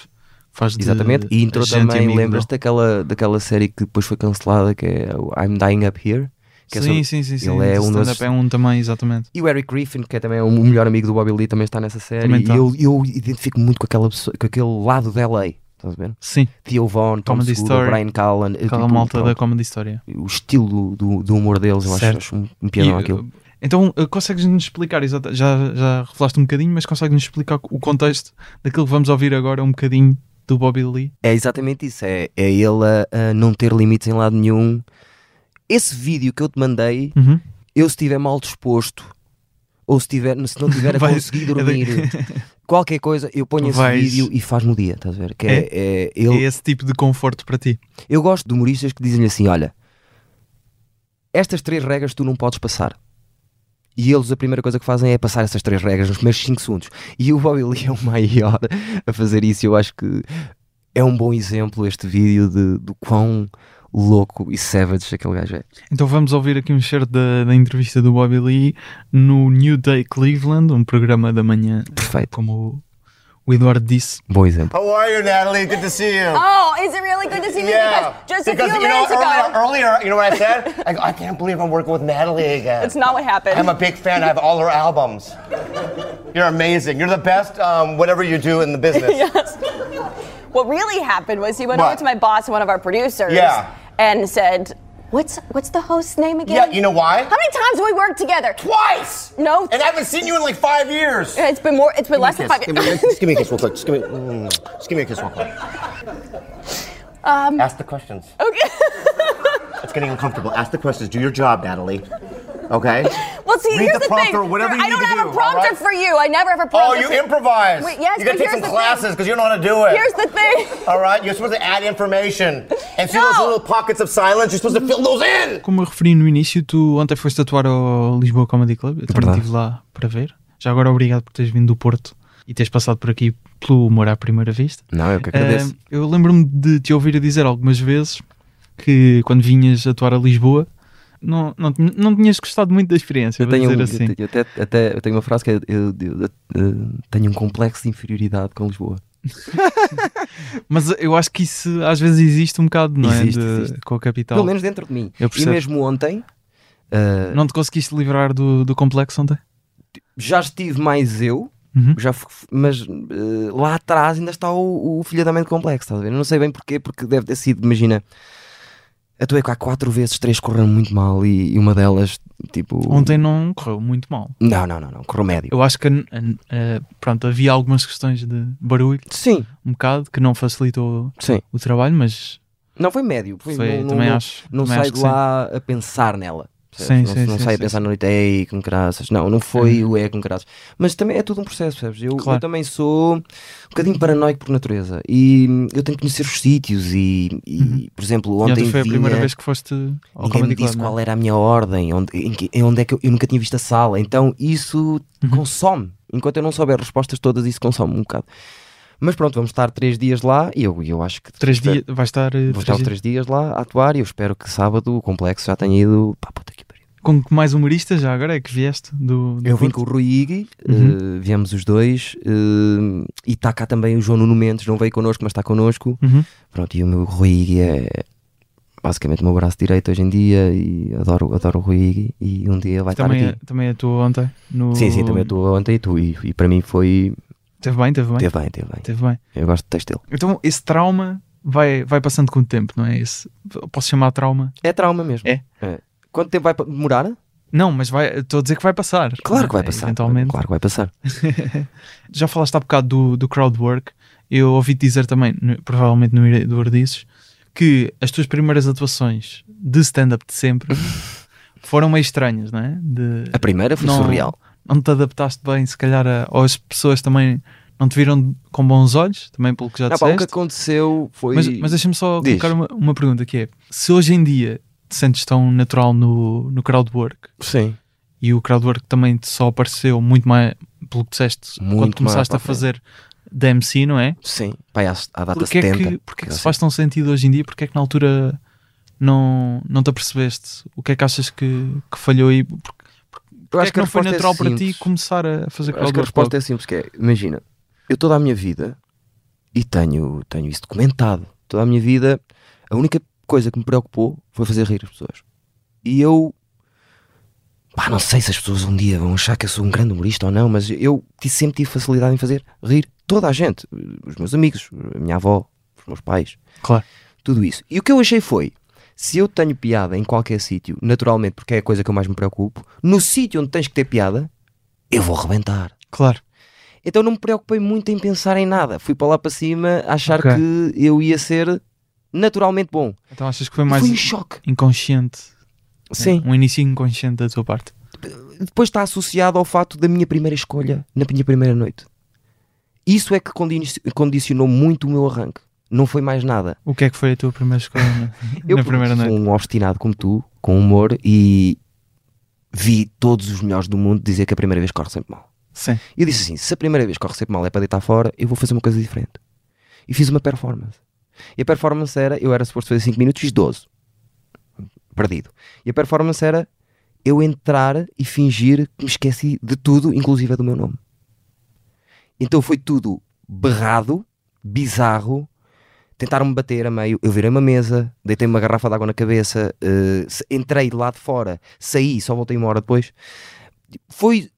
Speaker 1: Faz de-
Speaker 2: Exatamente. E entrou
Speaker 1: agente
Speaker 2: também,
Speaker 1: amigo
Speaker 2: lembras-te
Speaker 1: dele.
Speaker 2: daquela, daquela série que depois foi cancelada, que é o I'm Dying Up Here? Que é
Speaker 1: Sim,
Speaker 2: sobre-
Speaker 1: sim, sim, sim.
Speaker 2: Ele é
Speaker 1: de
Speaker 2: um dos-
Speaker 1: stand-up, é um também, exatamente.
Speaker 2: E o Eric Griffin, que é também o melhor amigo do Bobby Lee, também está nessa série.
Speaker 1: Também está.
Speaker 2: E eu, eu identifico-me muito com, aquela pessoa- com aquele lado da LA, estás a ver?
Speaker 1: Sim,
Speaker 2: Theo Von, Tom
Speaker 1: Comedy
Speaker 2: Segura,
Speaker 1: Story.
Speaker 2: Brian Callen, eu,
Speaker 1: aquela
Speaker 2: tipo,
Speaker 1: malta da
Speaker 2: pronto,
Speaker 1: Comedy História.
Speaker 2: o estilo do, do humor deles, eu acho,
Speaker 1: Certo.
Speaker 2: acho um, um piadão aquilo.
Speaker 1: Então, uh, consegues-nos explicar, exata- já, já revelaste um bocadinho, mas consegues-nos explicar o contexto daquilo que vamos ouvir agora, um bocadinho do Bobby Lee?
Speaker 2: É exatamente isso, é, é ele a, a não ter limites em lado nenhum. Esse vídeo que eu te mandei,
Speaker 1: Uhum.
Speaker 2: eu se estiver mal disposto, ou se, tiver, se não tiver a
Speaker 1: Vai-
Speaker 2: conseguir
Speaker 1: é da-
Speaker 2: dormir, qualquer coisa, eu ponho esse
Speaker 1: Vais-
Speaker 2: vídeo e faz-me o dia, estás a ver? Que é, é- ele,
Speaker 1: É esse tipo de conforto para ti.
Speaker 2: Eu gosto de humoristas que dizem assim: olha, estas três regras tu não podes passar. E eles a primeira coisa que fazem é passar essas três regras nos primeiros 5 segundos. E o Bobby Lee é o maior a fazer isso. Eu acho que é um bom exemplo este vídeo de, do quão louco e savage aquele gajo é.
Speaker 1: Então vamos ouvir aqui um cheiro da, da entrevista do Bobby Lee no New Day Cleveland, um programa da manhã,
Speaker 2: Perfeito.
Speaker 1: como o, o Eduardo disse.
Speaker 2: Bom exemplo.
Speaker 5: How are you, Natalie? Good to see you.
Speaker 6: Oh, is it really good to see you? Because just a
Speaker 5: Because,
Speaker 6: few
Speaker 5: you know,
Speaker 6: minutes ago,
Speaker 5: Earlier, earlier, you know what I said? I, go, I can't believe I'm working with Natalie again.
Speaker 6: it's not what happened.
Speaker 5: I'm a big fan. I have all her albums. You're amazing. You're the best, um, whatever you do in the business.
Speaker 6: yes. What really happened was he went
Speaker 5: What?
Speaker 6: over to my boss, one of our producers,
Speaker 5: Yeah.
Speaker 6: and said, "What's what's the host's name again?"
Speaker 5: Yeah, you know why?
Speaker 6: How many times have we worked together?
Speaker 5: Twice!
Speaker 6: No.
Speaker 5: And I haven't seen you in like five years.
Speaker 6: It's been more. It's been less than five
Speaker 5: Give me a kiss.
Speaker 6: years.
Speaker 5: Just give me a kiss real quick. Just give me, mm, just give me a kiss real quick. Um, Ask the questions.
Speaker 6: okay.
Speaker 5: It's getting uncomfortable. Ask the questions. Do your job, Natalie. Okay?
Speaker 6: Well, see,
Speaker 5: Read
Speaker 6: here's
Speaker 5: the
Speaker 6: the,
Speaker 5: prompter,
Speaker 6: thing.
Speaker 5: whatever you
Speaker 6: I
Speaker 5: need
Speaker 6: don't
Speaker 5: to
Speaker 6: have
Speaker 5: do,
Speaker 6: a
Speaker 5: all
Speaker 6: prompter
Speaker 5: right?
Speaker 6: for you. I never have a
Speaker 5: Oh,
Speaker 6: prompter.
Speaker 5: you
Speaker 6: for-
Speaker 5: improvise.
Speaker 6: Wait, yes,
Speaker 5: you gotta take
Speaker 6: but here's
Speaker 5: some
Speaker 6: the
Speaker 5: classes
Speaker 6: Thing.
Speaker 5: because you don't know how to do it.
Speaker 6: Here's the thing.
Speaker 5: All right, you're supposed to add information. And see
Speaker 6: No.
Speaker 5: those little pockets of silence? You're supposed to fill those in.
Speaker 1: Como eu referi no início, tu ontem foste atuar ao Lisboa Comedy Club, eu também
Speaker 2: É Verdade.
Speaker 1: estive lá para ver. Já agora obrigado por teres vindo do Porto e teres passado por aqui pelo humor à primeira vista.
Speaker 2: Não, eu que
Speaker 1: Ah, eu lembro-me de te ouvir a dizer algumas vezes que quando vinhas atuar a Lisboa não, não, tin- não tinhas gostado muito da experiência,
Speaker 2: eu
Speaker 1: vou
Speaker 2: tenho,
Speaker 1: dizer
Speaker 2: um-
Speaker 1: assim.
Speaker 2: eu, tenho- até, até- eu tenho uma frase que é: eu, eu- eu- eu tenho um complexo de inferioridade com Lisboa.
Speaker 1: Mas eu acho que isso às vezes existe um bocado, não
Speaker 2: Existe,
Speaker 1: é? De-
Speaker 2: existe.
Speaker 1: Com a capital.
Speaker 2: Pelo menos dentro de mim.
Speaker 1: Eu
Speaker 2: E
Speaker 1: percebo.
Speaker 2: mesmo ontem. ah,
Speaker 1: Não te conseguiste livrar do, do complexo ontem?
Speaker 2: já estive mais eu,
Speaker 1: Uhum.
Speaker 2: já fu- mas eh, lá atrás ainda está o, o filhadamento complexo, estás a ver? Eu não sei bem porquê, porque deve ter sido, imagina, atuei cá quatro vezes, três correram muito mal e, e uma delas, tipo.
Speaker 1: Ontem não correu muito mal.
Speaker 2: Não, não, não, não, correu médio.
Speaker 1: Eu acho que ah, pronto, havia algumas questões de barulho,
Speaker 2: Sim,
Speaker 1: um bocado, que não facilitou
Speaker 2: sim.
Speaker 1: o trabalho, mas
Speaker 2: Não foi médio, foi,
Speaker 1: foi-
Speaker 2: não,
Speaker 1: também
Speaker 2: não,
Speaker 1: acho.
Speaker 2: não
Speaker 1: também
Speaker 2: saio
Speaker 1: acho que
Speaker 2: de lá a pensar nela. percebes?
Speaker 1: Sim,
Speaker 2: não
Speaker 1: sim,
Speaker 2: não
Speaker 1: sim,
Speaker 2: saio
Speaker 1: sim,
Speaker 2: a pensar na noite, ei, com graças. Não, não foi o é com graças. Mas também é tudo um processo, percebes? Eu, eu
Speaker 1: Claro.
Speaker 2: também sou um bocadinho paranoico por natureza e hum, eu tenho que conhecer os sítios e, e, por exemplo,
Speaker 1: Uhum. E
Speaker 2: ontem.
Speaker 1: ontem foi a
Speaker 2: vinha-
Speaker 1: primeira vez que foste ao
Speaker 2: Ninguém me
Speaker 1: Comedy Club.
Speaker 2: disse
Speaker 1: não é?
Speaker 2: qual era a minha ordem, onde, em que- em onde é que eu, eu nunca tinha visto a sala, então isso
Speaker 1: Uhum.
Speaker 2: consome. Enquanto eu não souber respostas todas, isso consome um bocado. Mas pronto, vamos estar três dias lá e eu, eu acho que.
Speaker 1: Três
Speaker 2: espero-
Speaker 1: dias, vai estar eh,
Speaker 2: Vou
Speaker 1: três
Speaker 2: estar
Speaker 1: dias-
Speaker 2: três dias lá a atuar e eu espero que sábado o complexo já tenha ido. Pá, puta que pariu.
Speaker 1: com que mais humoristas já agora é que vieste do, do
Speaker 2: Eu vim
Speaker 1: Porto?
Speaker 2: com o Rui Igui, eh, viemos os dois eh, e está cá também o João Nuno Mendes, não veio connosco, mas está connosco.
Speaker 1: Uhum.
Speaker 2: Pronto, e o meu Rui Igui é basicamente o meu braço direito hoje em dia e adoro, adoro o Rui Igui e um dia vai
Speaker 1: Também,
Speaker 2: estar
Speaker 1: é,
Speaker 2: aqui.
Speaker 1: também é tu ontem. No...
Speaker 2: Sim, sim, também estou ontem e tu, e, e para mim foi.
Speaker 1: Teve bem, teve bem.
Speaker 2: Teve bem, teve bem.
Speaker 1: Teve bem.
Speaker 2: Eu gosto do texto dele.
Speaker 1: Então esse trauma vai, vai passando com o tempo, não é? Esse, posso chamar de trauma?
Speaker 2: É trauma mesmo.
Speaker 1: É.
Speaker 2: Quanto tempo vai pa- demorar? É,
Speaker 1: Não, mas vai, estou a dizer que vai passar. é?
Speaker 2: Claro que vai passar.
Speaker 1: Eventualmente.
Speaker 2: Claro que vai passar.
Speaker 1: Já falaste há bocado do, do crowd work. Eu ouvi-te dizer também, no- provavelmente no Ire- do Ardizes, que as tuas primeiras atuações de stand-up de sempre foram meio estranhas, não é? De-
Speaker 2: A primeira foi
Speaker 1: não-
Speaker 2: surreal.
Speaker 1: Não te adaptaste bem, se calhar, a, ou as pessoas também não te viram com bons olhos, também pelo que já
Speaker 2: Não, pá, o que
Speaker 1: disseste.
Speaker 2: aconteceu foi.
Speaker 1: Mas, mas deixa-me só
Speaker 2: Diz.
Speaker 1: colocar uma, uma pergunta que é: se hoje em dia te sentes tão natural no, no crowdwork
Speaker 2: Sim.
Speaker 1: e o crowdwork também te só apareceu muito mais pelo que disseste
Speaker 2: Muito
Speaker 1: quando
Speaker 2: mais
Speaker 1: começaste
Speaker 2: para
Speaker 1: a fazer da MC, não é?
Speaker 2: Sim, pai, à, à data
Speaker 1: Porquê é,
Speaker 2: 70.
Speaker 1: que, porquê é que se
Speaker 2: assim.
Speaker 1: faz tão sentido hoje em dia? Porquê é que na altura não, não te apercebeste? O que é que achas que, que falhou aí? Porquê
Speaker 2: Eu
Speaker 1: é que, não foi
Speaker 2: a resposta é
Speaker 1: natural para ti
Speaker 2: simples.
Speaker 1: começar a fazer
Speaker 2: Acho que a
Speaker 1: crowdwork?
Speaker 2: resposta é simples, que é, imagina, eu toda a minha vida, e tenho, tenho isso documentado, toda a minha vida, a única coisa que me preocupou foi fazer rir as pessoas. E eu, pá, não sei se as pessoas um dia vão achar que eu sou um grande humorista ou não, mas eu ti- sempre tive facilidade em fazer rir toda a gente, os meus amigos, a minha avó, os meus pais,
Speaker 1: Claro.
Speaker 2: tudo isso. E o que eu achei foi, se eu tenho piada em qualquer sítio, naturalmente, porque é a coisa que eu mais me preocupo, no sítio onde tens que ter piada, eu vou rebentar.
Speaker 1: Claro.
Speaker 2: Então não me preocupei muito em pensar em nada. Fui para lá para cima a achar
Speaker 1: Ok.
Speaker 2: que eu ia ser naturalmente bom.
Speaker 1: Então achas que foi mais
Speaker 2: Foi um choque.
Speaker 1: inconsciente?
Speaker 2: Sim.
Speaker 1: Um início inconsciente da tua parte.
Speaker 2: Depois está associado ao fato da minha primeira escolha na minha primeira noite. Isso é que condi- condicionou muito o meu arranque. Não foi mais nada.
Speaker 1: O que é que foi a tua primeira escolha na,
Speaker 2: Eu
Speaker 1: na primeira
Speaker 2: sou
Speaker 1: noite?
Speaker 2: um obstinado como tu, com humor, e vi todos os melhores do mundo dizer que a primeira vez corre sempre mal.
Speaker 1: Sim.
Speaker 2: E eu disse assim: se a primeira vez que eu recebo mal é para deitar fora, eu vou fazer uma coisa diferente. E fiz uma performance. E a performance era: eu era suposto fazer 5 minutos, fiz 12. Perdido. E a performance era eu entrar e fingir que me esqueci de tudo, inclusive do meu nome. Então foi tudo berrado, bizarro. Tentaram-me bater a meio, eu virei uma mesa, deitei uma garrafa de água na cabeça, eh, se- entrei de lá de fora, saí, só voltei uma hora depois. Foi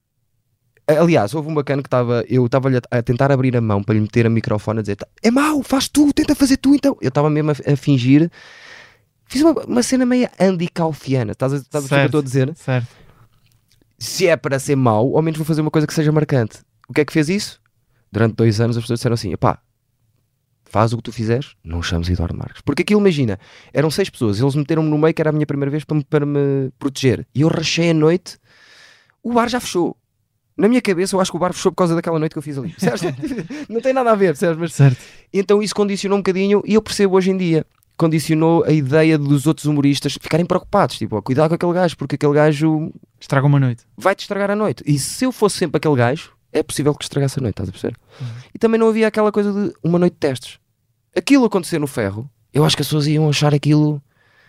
Speaker 2: Aliás, houve um bacana que estava. Eu estava a tentar abrir a mão para lhe meter a microfone a dizer: "Tá- É mau, faz tu, tenta fazer tu então. Eu estava mesmo a, a fingir. Fiz uma, uma cena meio Andy Calfiana. Estás a, estás a perceber o é que eu estou a dizer?
Speaker 1: Certo.
Speaker 2: Se é para ser mau, ao menos vou fazer uma coisa que seja marcante. O que é que fez isso? Durante dois anos as pessoas disseram assim: Epá, faz o que tu fizeres, não chames Eduardo Marques. Porque aquilo, imagina, eram seis pessoas, eles meteram-me no meio que era a minha primeira vez para me, para me proteger. E eu rachei a noite, o bar já fechou. Na minha cabeça, eu acho que o bar fechou por causa daquela noite que eu fiz ali. Percebes? não tem nada a ver, percebes? Mas
Speaker 1: Certo.
Speaker 2: então isso condicionou um bocadinho e eu percebo hoje em dia. Condicionou a ideia dos outros humoristas ficarem preocupados, tipo, ó, cuidado com aquele gajo, porque aquele gajo
Speaker 1: Estraga uma noite.
Speaker 2: vai-te estragar a noite. E se eu fosse sempre aquele gajo, é possível que estragasse a noite, estás a perceber? E também não havia aquela coisa de uma noite de testes. Aquilo acontecer no ferro, eu acho que as pessoas iam achar aquilo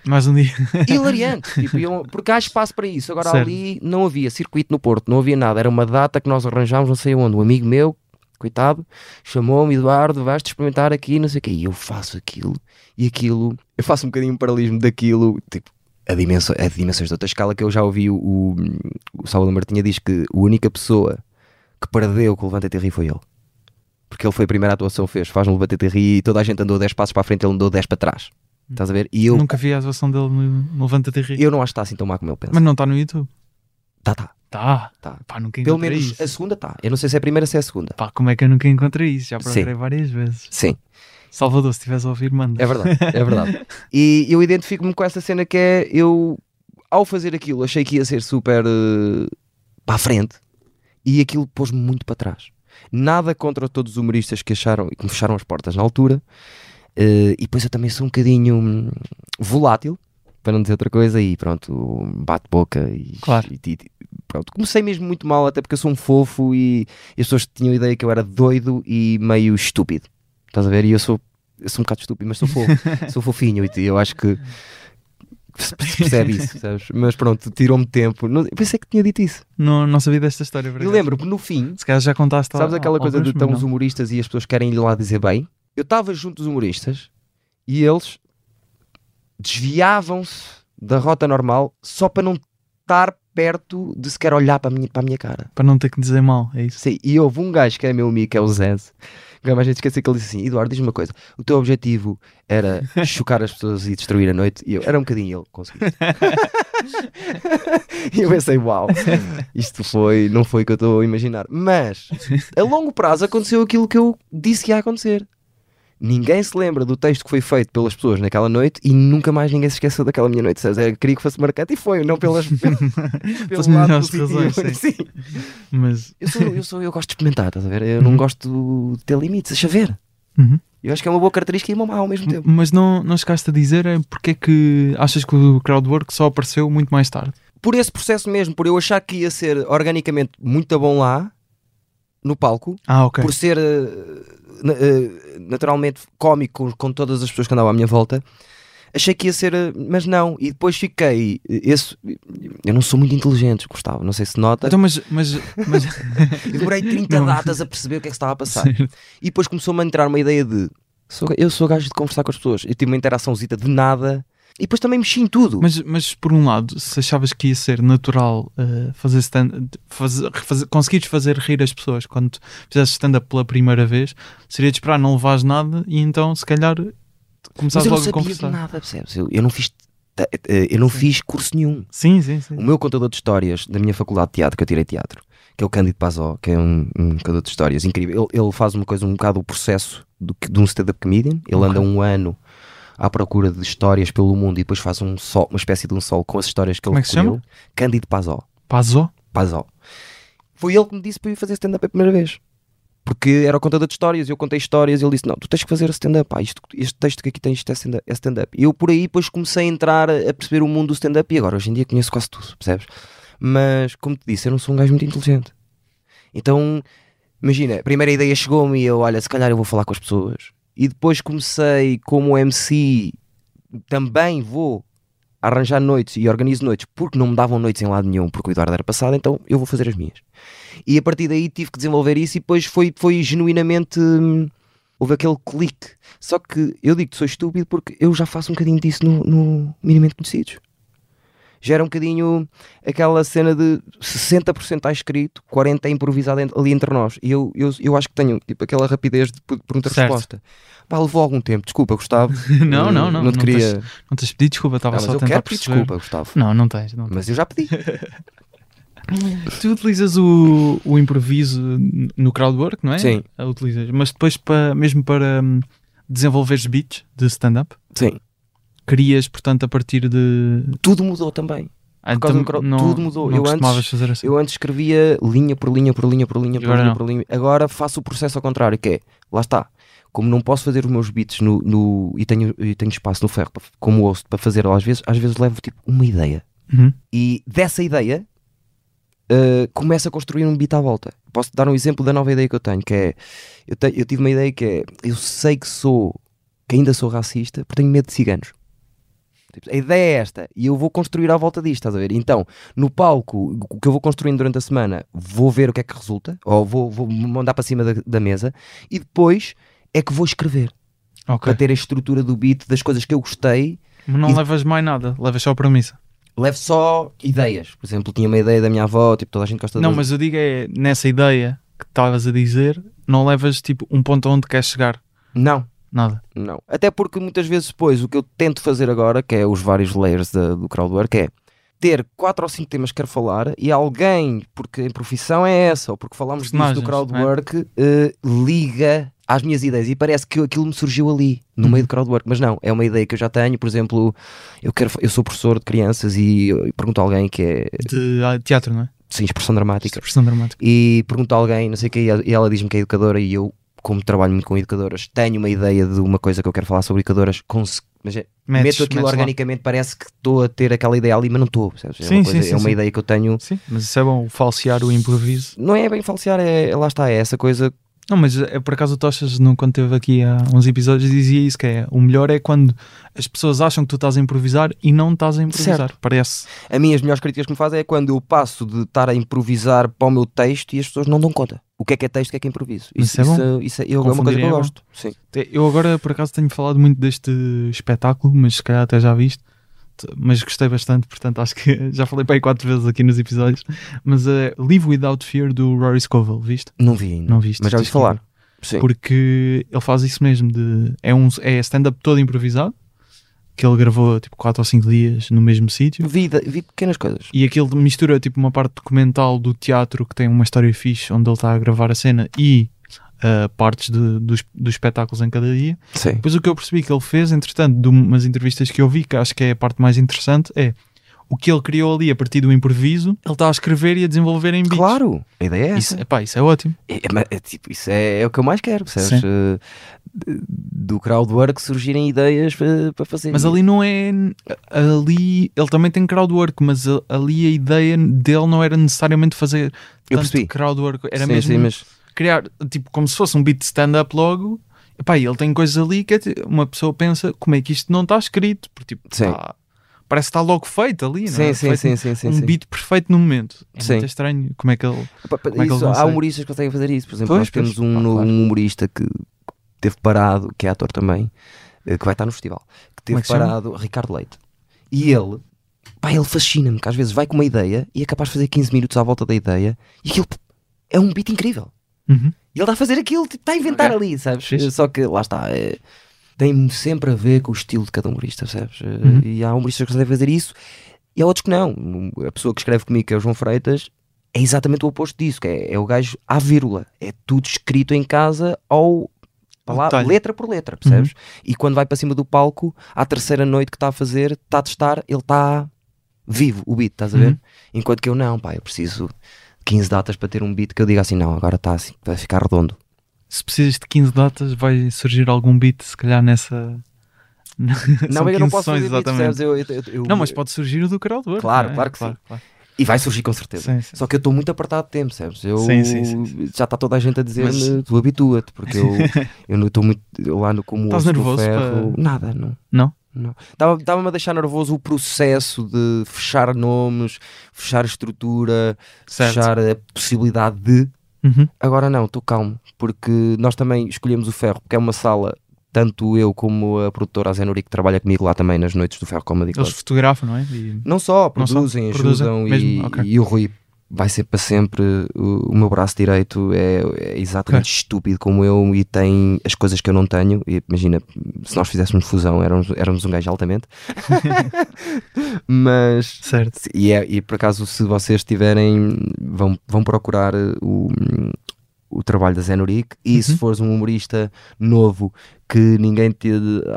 Speaker 1: Mais um dia.
Speaker 2: hilariante. tipo, iam- porque há espaço para isso. Agora
Speaker 1: Certo.
Speaker 2: ali não havia circuito no Porto, não havia nada. Era uma data que nós arranjámos, não sei onde. Um amigo meu, coitado, chamou-me, Eduardo, vais-te experimentar aqui, não sei o quê. E eu faço aquilo e aquilo. Eu faço um bocadinho um paralelismo daquilo, tipo. A dimensão, a dimensões de outra escala que eu já ouvi o, o, o Salvador Martinha diz que a única pessoa que perdeu com o Levanta Terri foi ele. Porque ele foi a primeira atuação que fez. Faz um Levanta Terri e toda a gente andou 10 passos para a frente, ele andou 10 para trás. Estás a ver? E eu,
Speaker 1: Nunca vi a atuação dele no, no Levanta-te e Ri.
Speaker 2: eu não acho que está assim tão má como ele pensa.
Speaker 1: Mas não está no YouTube.
Speaker 2: Tá, tá.
Speaker 1: Tá.
Speaker 2: Tá.
Speaker 1: Pá, nunca
Speaker 2: Pelo
Speaker 1: encontrei
Speaker 2: menos
Speaker 1: isso.
Speaker 2: a segunda tá. Eu não sei se é a primeira ou se é a segunda.
Speaker 1: Pá, como é que eu nunca encontrei isso? Já
Speaker 2: Sim.
Speaker 1: procurei várias vezes.
Speaker 2: Sim,
Speaker 1: Salvador, se estivesse a ouvir, manda.
Speaker 2: é verdade, é verdade. E eu identifico-me com essa cena que é eu ao fazer aquilo, achei que ia ser super eh, para a frente e aquilo pôs-me muito para trás. Nada contra todos os humoristas que acharam e que me fecharam as portas na altura. Eh, e depois eu também sou um bocadinho hum, volátil, para não dizer outra coisa, e pronto, bate boca e,
Speaker 1: Claro.
Speaker 2: e- e- pronto. Comecei mesmo muito mal, até porque eu sou um fofo e as pessoas tinham a ideia que eu era doido e meio estúpido. Estás a ver? E eu sou, eu sou um bocado estúpido, mas sou fofo, sou fofinho e eu acho que se se percebe isso, sabes? Mas pronto, tirou-me tempo. Não- eu pensei que tinha dito isso.
Speaker 1: Não, não sabia desta história. por
Speaker 2: E
Speaker 1: acaso.
Speaker 2: lembro-me no fim,
Speaker 1: Se calhar já contaste
Speaker 2: sabes
Speaker 1: a-
Speaker 2: aquela coisa de
Speaker 1: alguns,
Speaker 2: estão
Speaker 1: mas
Speaker 2: os
Speaker 1: não.
Speaker 2: humoristas e as pessoas querem ir lá dizer bem? Eu estava junto dos humoristas e eles desviavam-se da rota normal só para não estar perto de sequer olhar para a minha, para a minha cara.
Speaker 1: Para não ter que dizer mal, é isso.
Speaker 2: Sim, e houve um gajo que é meu amigo, que é o Zenz. Nunca mais gente esquecer que ele disse assim: Eduardo, diz-me uma coisa, o teu objetivo era chocar as pessoas e destruir a noite? E eu, era um bocadinho ele, consegui. e eu pensei: uau, isto foi, não foi o que eu estou a imaginar. Mas a longo prazo aconteceu aquilo que eu disse que ia acontecer. Ninguém se lembra do texto que foi feito pelas pessoas naquela noite e nunca mais ninguém se esqueceu daquela minha noite. Sabes? Eu queria que fosse marcante e foi, não pelas. pelas
Speaker 1: melhores razões, sim.
Speaker 2: sim.
Speaker 1: Mas
Speaker 2: Eu sou, eu sou, eu gosto de experimentar, estás a ver? Eu não gosto de ter limites, deixa ver.
Speaker 1: Uhum.
Speaker 2: Eu acho que é uma boa característica e uma má ao mesmo tempo.
Speaker 1: Mas não, não chegaste a dizer é, porque é que achas que o crowdwork só apareceu muito mais tarde?
Speaker 2: Por esse processo mesmo, por eu achar que ia ser organicamente muito bom lá, no palco,
Speaker 1: Ah, ok.
Speaker 2: por ser eh, na- eh, naturalmente cómico com todas as pessoas que andavam à minha volta, achei que ia ser, eh, mas não. E depois fiquei, eh, esse, eu não sou muito inteligente, Gustavo, não sei se nota.
Speaker 1: Então, mas, mas, mas
Speaker 2: E demorei 30
Speaker 1: Não.
Speaker 2: datas a perceber o que é que estava a passar. E depois começou-me a entrar uma ideia de sou- eu sou gajo de conversar com as pessoas. Eu tive uma interaçãozita de nada. E depois também mexi em tudo.
Speaker 1: Mas, mas por um lado, se achavas que ia ser natural eh, fazer stand fazer, fazer, conseguires fazer rir as pessoas quando fizesse stand-up pela primeira vez, seria de esperar não levares nada e então se calhar
Speaker 2: Mas
Speaker 1: começares
Speaker 2: eu não
Speaker 1: logo a
Speaker 2: sabia de
Speaker 1: conversar.
Speaker 2: nada, percebes? Eu, eu não fiz ta- eh, eu não fiz curso nenhum.
Speaker 1: Sim, sim, sim.
Speaker 2: O meu contador de histórias da minha faculdade de teatro, que eu tirei teatro, que é o Cândido Pazó, que é um, um contador de histórias incrível. Ele, ele faz uma coisa, um bocado o processo do, que- de um stand-up comedian. Ele anda um ano à procura de histórias pelo mundo e depois faz um sol, uma espécie de um sol com as histórias que
Speaker 1: Como é
Speaker 2: ele
Speaker 1: que se chama?
Speaker 2: recolheu. Cândido Pazó.
Speaker 1: Pazó?
Speaker 2: Pazó. Foi ele que me disse para eu ir fazer stand-up a primeira vez. Porque era o contador de histórias, eu contei histórias, ele disse: Não, tu tens que fazer stand-up, pá, isto- este texto que aqui tens isto é stand- é stand-up. E eu por aí depois comecei a entrar a perceber o mundo do stand-up e agora hoje em dia conheço quase tudo, percebes? Mas, como te disse, eu não sou um gajo muito inteligente. Então, imagina, a primeira ideia chegou-me e eu, olha, se calhar eu vou falar com as pessoas. E depois comecei como MC, também vou arranjar noites e organizo noites porque não me davam noites em lado nenhum porque o Eduardo era passado, então eu vou fazer as minhas. E a partir daí tive que desenvolver isso e depois foi, foi genuinamente. hum, houve aquele clique. Só que eu digo que sou estúpido porque eu já faço um bocadinho disso no, no Minimamente Conhecidos. Já era um bocadinho aquela cena de 60% está escrito, 40% é improvisado ent- ali entre nós. E eu, eu, eu acho que tenho tipo, aquela rapidez de per-
Speaker 1: Certo.
Speaker 2: pergunta-resposta. Pá, levou algum tempo, desculpa, Gustavo.
Speaker 1: Não, não, não.
Speaker 2: Não te queria.
Speaker 1: tens, não tens pedido desculpa, estava
Speaker 2: Ah, mas
Speaker 1: só
Speaker 2: eu
Speaker 1: a tentar
Speaker 2: quero pedir
Speaker 1: perceber.
Speaker 2: desculpa, Gustavo.
Speaker 1: Não, não tens. Não.
Speaker 2: Mas eu já pedi.
Speaker 1: Tu utilizas o, o improviso no crowdwork, não é?
Speaker 2: Sim.
Speaker 1: Ah, Utilizas, mas depois para, mesmo para hum, desenvolveres beats de stand-up,
Speaker 2: Sim.
Speaker 1: crias, portanto, a partir de,
Speaker 2: Tudo mudou também.
Speaker 1: Ah,
Speaker 2: Por causa
Speaker 1: então
Speaker 2: do cro-
Speaker 1: não-
Speaker 2: tudo mudou.
Speaker 1: Não
Speaker 2: Eu
Speaker 1: costumavas
Speaker 2: antes-
Speaker 1: fazer assim.
Speaker 2: Eu antes escrevia linha por linha, por linha, por linha,
Speaker 1: E
Speaker 2: por
Speaker 1: agora
Speaker 2: linha,
Speaker 1: não.
Speaker 2: por linha. Agora faço o processo ao contrário, que é, lá está. Como não posso fazer os meus beats no, no- e, tenho, e tenho espaço no ferro, para- como ouço, para fazer às vezes, às vezes levo tipo uma ideia.
Speaker 1: Uhum.
Speaker 2: E dessa ideia uh, começo a construir um beat à volta. Posso dar um exemplo da nova ideia que eu tenho, que é eu, te- eu tive uma ideia que é eu sei que sou, que ainda sou racista, porque tenho medo de ciganos. Tipo, A ideia é esta, e eu vou construir à volta disto, estás a ver? Então, no palco, o que eu vou construindo durante a semana, vou ver o que é que resulta, ou vou, vou mandar para cima da, da mesa, e depois é que vou escrever,
Speaker 1: Ok.
Speaker 2: para ter a estrutura do beat, das coisas que eu gostei,
Speaker 1: Mas não
Speaker 2: E-
Speaker 1: levas mais nada, levas só a premissa.
Speaker 2: Levo só ideias. Por exemplo, tinha uma ideia da minha avó, tipo, toda a gente gosta de.
Speaker 1: Não, mas eu digo é nessa ideia que estavas a dizer, não levas tipo um ponto onde queres chegar,
Speaker 2: Não,
Speaker 1: nada.
Speaker 2: não. Até porque muitas vezes depois o que eu tento fazer agora, que é os vários layers da- do crowdwork, é ter quatro ou cinco temas que quero falar e alguém, porque a profissão é essa, ou porque falámos disso do
Speaker 1: Personagens,
Speaker 2: crowdwork, eh, liga às minhas ideias e parece que aquilo me surgiu ali,
Speaker 1: Uhum.
Speaker 2: no meio do crowdwork, mas não, é uma ideia que eu já tenho, por exemplo, eu, quero, fa- eu sou professor de crianças e, eu pergunto a alguém que é,
Speaker 1: De ah, teatro, não é?
Speaker 2: sim, expressão dramática,
Speaker 1: Expressão dramática.
Speaker 2: e pergunto a alguém, não sei o que, e ela diz-me que é educadora e eu, como trabalho muito com educadoras, tenho uma ideia de uma coisa que eu quero falar sobre educadoras, cons- mas é-
Speaker 1: Metes-
Speaker 2: meto aquilo
Speaker 1: metes lá.
Speaker 2: organicamente, parece que estou a ter aquela ideia ali, mas não estou, percebes? é
Speaker 1: Sim,
Speaker 2: uma,
Speaker 1: sim,
Speaker 2: coisa-
Speaker 1: sim,
Speaker 2: é uma
Speaker 1: sim.
Speaker 2: ideia que eu tenho,
Speaker 1: Sim, mas isso é bom, falsear o improviso.
Speaker 2: não é bem falsear, é, lá está, é essa coisa
Speaker 1: Não, mas é por acaso o Tochas, não, quando esteve aqui há uns episódios, dizia isso: que é o melhor é quando as pessoas acham que tu estás a improvisar e não estás a improvisar. Parece.
Speaker 2: A mim, as melhores críticas que me fazem é quando eu passo de estar a improvisar para o meu texto e as pessoas não dão conta. O que é que é texto, o que é que é improviso?
Speaker 1: Mas isso é
Speaker 2: isso é- eu- é uma coisa
Speaker 1: Confundirem
Speaker 2: que
Speaker 1: é
Speaker 2: eu
Speaker 1: bom.
Speaker 2: gosto. Sim.
Speaker 1: Te- Eu agora, por acaso, tenho falado muito deste espetáculo, mas se calhar até já viste. T- Mas gostei bastante, portanto, acho que já falei para aí quatro vezes aqui nos episódios. Mas é Live Without Fear do Rory Scovel, viste?
Speaker 2: Não vi ainda.
Speaker 1: Não viste?
Speaker 2: Mas já ouvi
Speaker 1: tens que ver.
Speaker 2: falar. Sim.
Speaker 1: Porque ele faz isso mesmo: de, é, um, é stand-up todo improvisado, que ele gravou tipo quatro ou cinco dias no mesmo sítio.
Speaker 2: Vi, de- vi pequenas coisas.
Speaker 1: E aquilo mistura tipo uma parte documental do teatro que tem uma história fixe onde ele está a gravar a cena e ah, partes de- dos, dos espetáculos em cada dia.
Speaker 2: Sim.
Speaker 1: Depois o que eu percebi que ele fez, entretanto, de umas entrevistas que eu vi, que acho que é a parte mais interessante, é o que ele criou ali a partir do improviso, ele está a escrever e a desenvolver em beats.
Speaker 2: Claro, a ideia é essa.
Speaker 1: Isso, epá, isso é ótimo.
Speaker 2: É, é, mas é tipo, isso é, é o que eu mais quero, percebes?
Speaker 1: Sim.
Speaker 2: Eh, de- do crowdwork surgirem ideias para, para fazer.
Speaker 1: Mas ali não é. Ali. Ele também tem crowdwork, mas a- ali a ideia dele não era necessariamente fazer
Speaker 2: Eu
Speaker 1: tanto
Speaker 2: percebi.
Speaker 1: crowdwork. Era
Speaker 2: sim,
Speaker 1: mesmo um
Speaker 2: sim, mas
Speaker 1: criar, tipo, como se fosse um beat de stand-up logo. Epá, e ele tem coisas ali que é ti- uma pessoa pensa como é que isto não está escrito, porque tipo,
Speaker 2: Sim.
Speaker 1: tá- parece que está logo feito ali, não é?
Speaker 2: Sim, sim,
Speaker 1: Feito
Speaker 2: sim, sim, sim,
Speaker 1: um
Speaker 2: sim.
Speaker 1: beat perfeito no momento. É
Speaker 2: Sim.
Speaker 1: muito estranho como é que ele.
Speaker 2: Pá, pá,
Speaker 1: Como é que
Speaker 2: isso,
Speaker 1: eles
Speaker 2: há
Speaker 1: conseguem?
Speaker 2: humoristas que conseguem fazer isso. Por exemplo,
Speaker 1: Pois,
Speaker 2: nós temos
Speaker 1: pois.
Speaker 2: um,
Speaker 1: Pá,
Speaker 2: no-
Speaker 1: claro.
Speaker 2: um humorista que que teve parado, que é ator também, eh, que vai estar no festival, que
Speaker 1: Como é
Speaker 2: teve
Speaker 1: que se chama?
Speaker 2: parado, Ricardo Leite. E ele, pá, ele fascina-me, que às vezes vai com uma ideia e é capaz de fazer 15 minutos à volta da ideia e aquilo é um beat incrível.
Speaker 1: Uhum.
Speaker 2: E ele está a fazer aquilo, tipo, está a inventar ali, sabes?
Speaker 1: Fixe.
Speaker 2: Só que lá está. eh, tem sempre a ver com o estilo de cada humorista, percebes? Eh,
Speaker 1: Uhum.
Speaker 2: E há humoristas que conseguem fazer isso e há outros que não. A pessoa que escreve comigo, que é o João Freitas, é exatamente o oposto disso, que é, é o gajo à vírgula. É tudo escrito em casa ou pala-
Speaker 1: Detalhe.
Speaker 2: letra por letra,
Speaker 1: Uhum.
Speaker 2: percebes? E quando vai para cima do palco, à terceira noite que está a fazer, está a testar, ele está vivo, o beat, estás a ver?
Speaker 1: Uhum.
Speaker 2: Enquanto que eu não, pá, eu preciso 15 datas para ter um beat que eu diga assim, não, agora está assim, vai ficar redondo.
Speaker 1: Se precisas de 15 datas, vai surgir algum beat, se calhar, nessa. São
Speaker 2: não,
Speaker 1: 15
Speaker 2: eu não posso fazer
Speaker 1: sons,
Speaker 2: beat, percebes? Eu- eu- eu- eu-
Speaker 1: Não, mas pode surgir o do Crowdwork.
Speaker 2: Claro,
Speaker 1: não é?
Speaker 2: claro que
Speaker 1: claro,
Speaker 2: sim. E vai surgir com certeza.
Speaker 1: Sim, sim.
Speaker 2: Só que eu estou muito apertado de tempo, percebes? Eu,
Speaker 1: Sim, sim, sim,
Speaker 2: Já está toda a gente a dizer-me,
Speaker 1: Mas-
Speaker 2: tu habitua-te, porque eu eu não estou muito eu lá no como
Speaker 1: Estás
Speaker 2: osso do
Speaker 1: nervoso
Speaker 2: ferro.
Speaker 1: para-
Speaker 2: Nada, não.
Speaker 1: Não?
Speaker 2: Não. Estava- Estava-me a deixar nervoso o processo de fechar nomes, fechar estrutura,
Speaker 1: Certo.
Speaker 2: fechar a possibilidade de.
Speaker 1: Uhum.
Speaker 2: Agora não, estou calmo, porque nós também escolhemos o ferro, porque é uma sala, tanto eu como a produtora a Zenuri, que trabalha comigo lá também nas noites do ferro Comedy Club.
Speaker 1: Eles fotografam, não é? E-
Speaker 2: Não só,
Speaker 1: Não só,
Speaker 2: produzem,
Speaker 1: produzem,
Speaker 2: ajudam e,
Speaker 1: mesmo, ok.
Speaker 2: e o Rui vai ser para sempre o, o meu braço direito é, é exatamente estúpido como eu e tem as coisas que eu não tenho e imagina, se nós fizéssemos fusão éramos, éramos um gajo altamente mas
Speaker 1: Certo.
Speaker 2: e, é- e por acaso se vocês tiverem vão, vão procurar eh, o, o trabalho da Zenuric e se fores um humorista novo que ninguém te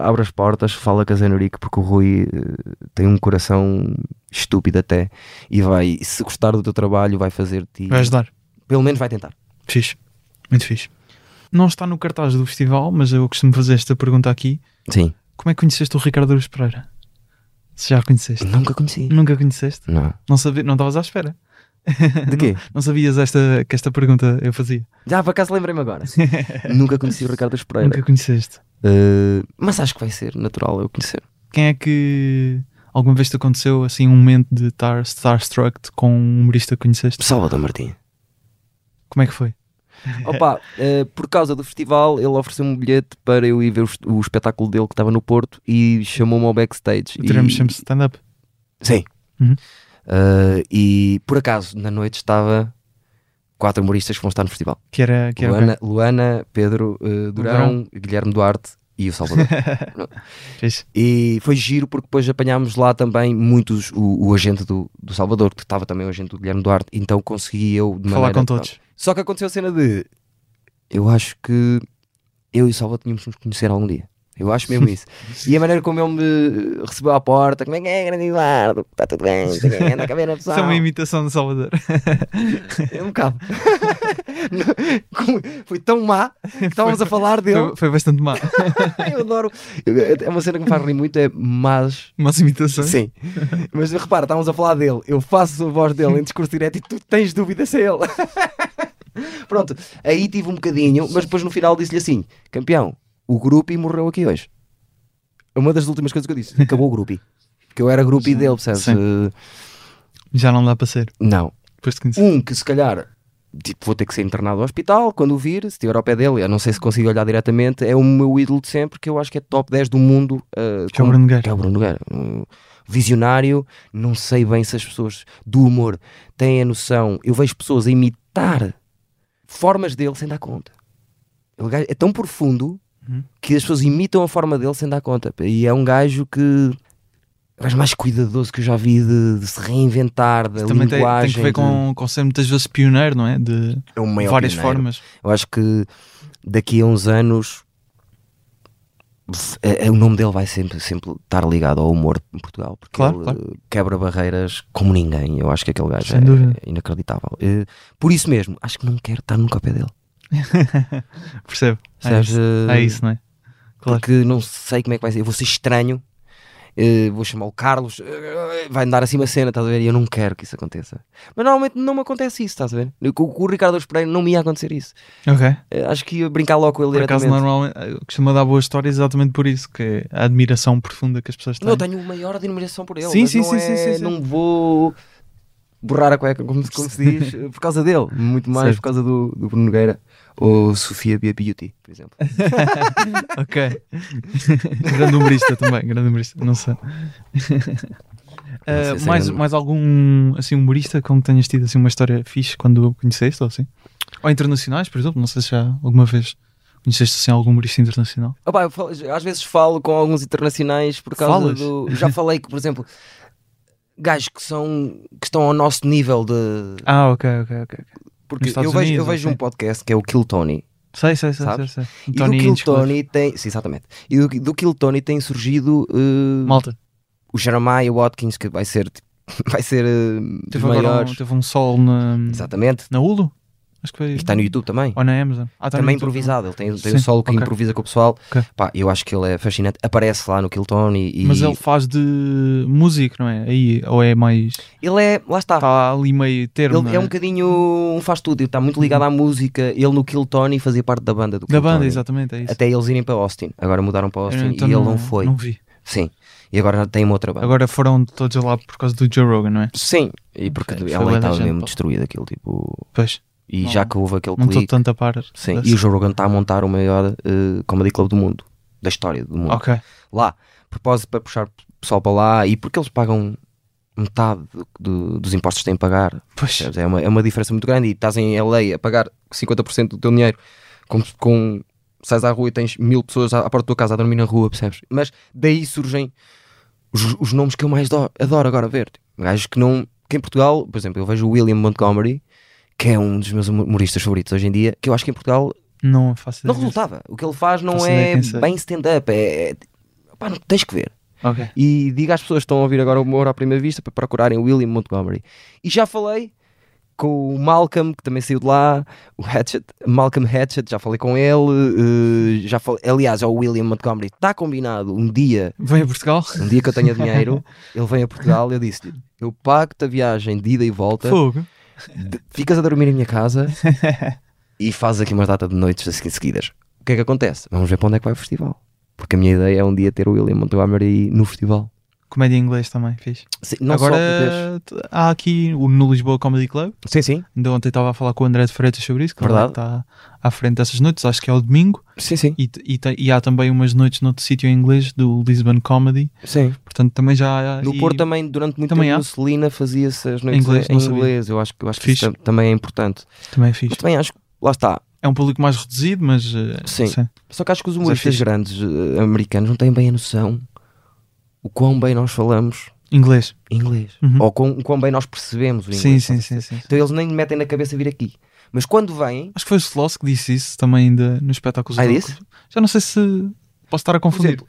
Speaker 2: abre as portas fala com a Zenuric porque o Rui eh, tem um coração estúpido até e vai, e se gostar do teu trabalho vai fazer-te,
Speaker 1: Vai ajudar.
Speaker 2: pelo menos vai tentar
Speaker 1: Fixe, muito fixe. Não está no cartaz do festival, mas eu costumo fazer esta pergunta aqui.
Speaker 2: sim,
Speaker 1: Como é que conheceste o Ricardo Aruz Pereira? Se já o conheceste?
Speaker 2: nunca conheci
Speaker 1: Nunca conheceste?
Speaker 2: não,
Speaker 1: Não sabia, não estavas à espera.
Speaker 2: de quê?
Speaker 1: Não sabias esta, que esta pergunta eu fazia.
Speaker 2: já por acaso lembrei-me agora nunca conheci o Ricardo Espreira
Speaker 1: Nunca conheceste.
Speaker 2: Eh, mas acho que vai ser natural eu conhecer
Speaker 1: Quem é que alguma vez te aconteceu assim um momento de estar starstruck com um humorista que conheceste?
Speaker 2: Salvador Martim
Speaker 1: Como é que foi?
Speaker 2: Opa, eh, por causa do festival, ele ofereceu-me um bilhete para eu ir ver o, est- o espetáculo dele que estava no Porto e chamou-me ao backstage. E-
Speaker 1: Teremos sempre stand-up.
Speaker 2: Sim.
Speaker 1: Uhum.
Speaker 2: Eh, e por acaso, na noite estava quatro humoristas que vão estar no festival:
Speaker 1: Que era, que era
Speaker 2: Luana, Luana, Pedro eh, Durão, Guilherme Duarte e o Salvador.
Speaker 1: bem fixe.
Speaker 2: E foi giro porque depois apanhámos lá também muitos, o, o agente do, do Salvador, que estava também o agente do Guilherme Duarte, então consegui eu de
Speaker 1: Falar
Speaker 2: maneira-
Speaker 1: com todos.
Speaker 2: Só que aconteceu a cena de eu acho que eu e o Salva tínhamos de nos conhecer algum dia. Eu acho mesmo isso. e a maneira como ele me recebeu à porta, como é que é, grande Eduardo? Está tudo bem? Não sei o quê, Anda cá ver a
Speaker 1: Isso é
Speaker 2: pessoal.
Speaker 1: uma imitação de Salvador.
Speaker 2: É um bocado. Como- Foi tão má que estávamos a falar dele.
Speaker 1: Foi, foi bastante má.
Speaker 2: Eu adoro. Eu- É uma cena que me faz rir muito, é mas
Speaker 1: Más imitações.
Speaker 2: Sim. Mas repara, estávamos a falar dele. Eu faço a voz dele em discurso direto e tu tens dúvida se é ele. Pronto, aí tive um bocadinho, mas depois no final disse-lhe assim: campeão, o grupo morreu aqui hoje. É Uma das últimas coisas que eu disse: acabou o grupo. Porque eu era grupo dele, percebes?
Speaker 1: Sim.
Speaker 2: Eh,
Speaker 1: Já não dá para ser.
Speaker 2: não.
Speaker 1: Depois de conhecer.
Speaker 2: Um que se calhar. Tipo, vou ter que ser internado ao hospital quando o vir, se estiver ao pé dele, eu não sei se consigo olhar diretamente, é o meu ídolo de sempre, que eu acho que é top 10 do mundo. eh,
Speaker 1: Que é o Bruno Nogueira.
Speaker 2: que é o Bruno Nogueira. Um visionário, não sei bem se as pessoas do humor têm a noção. Eu vejo pessoas a imitar formas dele sem dar conta. Ele ga- é tão profundo
Speaker 1: Uhum.
Speaker 2: que as pessoas imitam a forma dele sem dar conta. pá. E é um gajo que. o gajo mais cuidadoso que eu já vi de, de se reinventar, da
Speaker 1: Também tem,
Speaker 2: linguagem.
Speaker 1: tem que ver
Speaker 2: de-
Speaker 1: com, com ser muitas vezes pioneiro, não é? De
Speaker 2: É o maior
Speaker 1: várias
Speaker 2: pioneiro.
Speaker 1: formas.
Speaker 2: Eu acho que daqui a uns anos é, é- o nome dele vai sempre, sempre estar ligado ao humor em Portugal, porque
Speaker 1: Claro,
Speaker 2: ele
Speaker 1: claro.
Speaker 2: eh, quebra barreiras como ninguém. Eu acho que aquele gajo
Speaker 1: Sem
Speaker 2: é,
Speaker 1: dúvida.
Speaker 2: é inacreditável. Eh, Por isso mesmo, acho que não quero estar nunca ao pé dele.
Speaker 1: Percebe? É
Speaker 2: Percebes?
Speaker 1: isso.
Speaker 2: Eh,
Speaker 1: É isso, não é? Claro.
Speaker 2: Porque não sei como é que vai ser. Eu vou ser estranho. eh, vou chamar o Carlos, eh, vai andar assim uma cena, estás a ver? E eu não quero que isso aconteça. Mas normalmente não me acontece isso, estás a ver? Eu- Com com o Ricardo Pereira não me ia acontecer isso.
Speaker 1: Ok.
Speaker 2: Eh, Acho que ia brincar logo com ele
Speaker 1: Por acaso,
Speaker 2: diretamente.
Speaker 1: normalmente, eh, costuma dar boas histórias exatamente por isso, que é a admiração profunda que as pessoas têm.
Speaker 2: Não, eu tenho maior admiração por ele.
Speaker 1: Sim,
Speaker 2: mas
Speaker 1: sim,
Speaker 2: não
Speaker 1: sim, sim,
Speaker 2: é-
Speaker 1: sim, sim.
Speaker 2: Não vou borrar a cueca, como, como se diz, eh, por causa dele. Muito mais
Speaker 1: Certo.
Speaker 2: por causa do, do Bruno Nogueira ou Sofia Bia Beauty, por exemplo.
Speaker 1: Ok. grande humorista também, grande humorista, não sei. Eh,
Speaker 2: sei se é
Speaker 1: mais,
Speaker 2: grande-
Speaker 1: mais algum assim, humorista com que tenhas tido assim, uma história fixe quando o conheceste ou assim? Ou internacionais, por exemplo, não sei se já alguma vez conheceste assim, algum humorista internacional.
Speaker 2: Opa, eu falo- às vezes falo com alguns internacionais por causa
Speaker 1: Falas?
Speaker 2: do. Já falei que, por exemplo, gajos que, são, que estão ao nosso nível de.
Speaker 1: Ah, ok, ok, ok. ok. Nos
Speaker 2: Porque eu
Speaker 1: Estados
Speaker 2: vejo, eu
Speaker 1: Unidos,
Speaker 2: vejo
Speaker 1: ok.
Speaker 2: um podcast que é o Kill Tony.
Speaker 1: Sei, sei, sei, sei,
Speaker 2: Sabes?
Speaker 1: sei.
Speaker 2: E
Speaker 1: Tony
Speaker 2: do Kill
Speaker 1: Inch, claro.
Speaker 2: Tony tem. Sim, exatamente. E do, do Kill Tony tem surgido. eh,
Speaker 1: Malta,
Speaker 2: o Jeremiah Watkins, que vai ser. tipo, Vai ser. eh, dos
Speaker 1: teve agora
Speaker 2: maiores.
Speaker 1: um, teve um sol na,
Speaker 2: Exatamente.
Speaker 1: na Hulu? Acho que foi.
Speaker 2: E está tá no YouTube também.
Speaker 1: Ou na Amazon. Ah, está no
Speaker 2: também
Speaker 1: YouTube.
Speaker 2: improvisado. Ele tem, tem
Speaker 1: Sim,
Speaker 2: um solo que
Speaker 1: ok.
Speaker 2: improvisa com o pessoal.
Speaker 1: Ok.
Speaker 2: Pá, eu acho que ele é fascinante. Aparece lá no Kilton e. e-
Speaker 1: Mas ele faz de músico, não é? Aí, ou é mais.
Speaker 2: ele é. Lá está.
Speaker 1: Está Tá ali meio termo.
Speaker 2: ele
Speaker 1: não
Speaker 2: é um bocadinho. um faz tudo. Ele Está muito ligado à música. Ele no Kill Tony fazia parte da banda do
Speaker 1: Uhum. Da
Speaker 2: Kill
Speaker 1: banda,
Speaker 2: Tony.
Speaker 1: exatamente, é isso.
Speaker 2: Até eles irem para Austin. Agora mudaram para Austin
Speaker 1: Eu então
Speaker 2: e ele não foi.
Speaker 1: Não vi.
Speaker 2: Sim. E agora já tem uma outra banda.
Speaker 1: Agora foram todos lá por causa do Joe Rogan, não é?
Speaker 2: Sim. E porque
Speaker 1: Foi- foi bué
Speaker 2: ela
Speaker 1: da
Speaker 2: estava
Speaker 1: gente,
Speaker 2: mesmo
Speaker 1: pá.
Speaker 2: destruída aquilo. Tipo.
Speaker 1: Pois,
Speaker 2: E
Speaker 1: Não-
Speaker 2: já que houve aquele
Speaker 1: não estou
Speaker 2: clique.
Speaker 1: tanto a par.
Speaker 2: Sim,
Speaker 1: dessa.
Speaker 2: e o Joe Rogan está a montar o maior eh, comedy club do mundo, da história do mundo.
Speaker 1: Ok,
Speaker 2: Lá, propósito para puxar pessoal para lá e porque eles pagam metade do- do- dos impostos que têm a pagar.
Speaker 1: pois.
Speaker 2: Percebes? É uma, é uma diferença muito grande e estás em LA a pagar 50% do teu dinheiro com, com sais à rua e tens mil pessoas à, à porta da tua casa a dormir na rua, percebes? Mas daí surgem os, os nomes que eu mais do- adoro agora ver. Gajos que não. Que em Portugal, por exemplo, eu vejo o William Montgomery, que é um dos meus humoristas favoritos hoje em dia, que eu acho que em Portugal
Speaker 1: Não faço
Speaker 2: não
Speaker 1: ideia.
Speaker 2: resultava. O que ele faz não
Speaker 1: Faço ideia
Speaker 2: é
Speaker 1: quem seja.
Speaker 2: bem stand-up, é. é- Pá, não tens que ver.
Speaker 1: Ok.
Speaker 2: E diga às pessoas que estão a ouvir agora o humor à primeira vista para procurarem o William Montgomery. E já falei com o Malcolm, que também saiu de lá, o Hatchet, Malcolm Hatchet, já falei com ele. eh, já falei, aliás, é o William Montgomery. Está combinado um dia,
Speaker 1: Vem a Portugal?
Speaker 2: um dia que eu tenha dinheiro, ele vem a Portugal. Eu disse-lhe: eu pago-te a viagem de ida e volta,
Speaker 1: Fogo.
Speaker 2: de- ficas a dormir em minha casa e fazes aqui uma data de noites assim seguidas. O que é que acontece? Vamos ver para onde é que vai o festival. Porque a minha ideia é um dia ter o William Montgomery no festival.
Speaker 1: Comédia em inglês também, fiz.
Speaker 2: Sim, não só português.
Speaker 1: Agora t- há aqui o no Lisboa Comedy Club.
Speaker 2: Sim, sim.
Speaker 1: Ainda ontem estava a falar com o André de Freitas sobre isso, que ele
Speaker 2: Verdade.
Speaker 1: está à frente dessas noites, acho que é o domingo.
Speaker 2: Sim, sim.
Speaker 1: E, t- e, tem- e há também umas noites noutro sítio em inglês do Lisbon Comedy.
Speaker 2: sim.
Speaker 1: Portanto, também já.
Speaker 2: No
Speaker 1: e-
Speaker 2: Porto também, durante muito
Speaker 1: Também
Speaker 2: tempo,
Speaker 1: há?
Speaker 2: no Celina fazia-se as noites em
Speaker 1: inglês,
Speaker 2: inglês.
Speaker 1: não sabia.
Speaker 2: Eu acho, que- eu acho que isso
Speaker 1: Fixe.
Speaker 2: tam- também é importante.
Speaker 1: Também é fixe.
Speaker 2: Mas também acho que, lá está.
Speaker 1: É um público mais reduzido, mas. eh,
Speaker 2: Sim. Só que acho que os
Speaker 1: Mas é
Speaker 2: humoristas
Speaker 1: fixe.
Speaker 2: grandes eh, americanos não têm bem a noção o quão bem nós falamos
Speaker 1: Inglês.
Speaker 2: inglês.
Speaker 1: Uhum.
Speaker 2: Ou com, o quão bem nós percebemos o inglês.
Speaker 1: Sim, sim, sim, sim.
Speaker 2: Então eles nem metem na cabeça vir aqui. Mas quando vêm,
Speaker 1: Acho que foi o Sloss que disse isso também ainda no espetáculo.
Speaker 2: Ah,
Speaker 1: do-
Speaker 2: disse?
Speaker 1: Já não sei se posso estar a confundir.
Speaker 2: exemplo,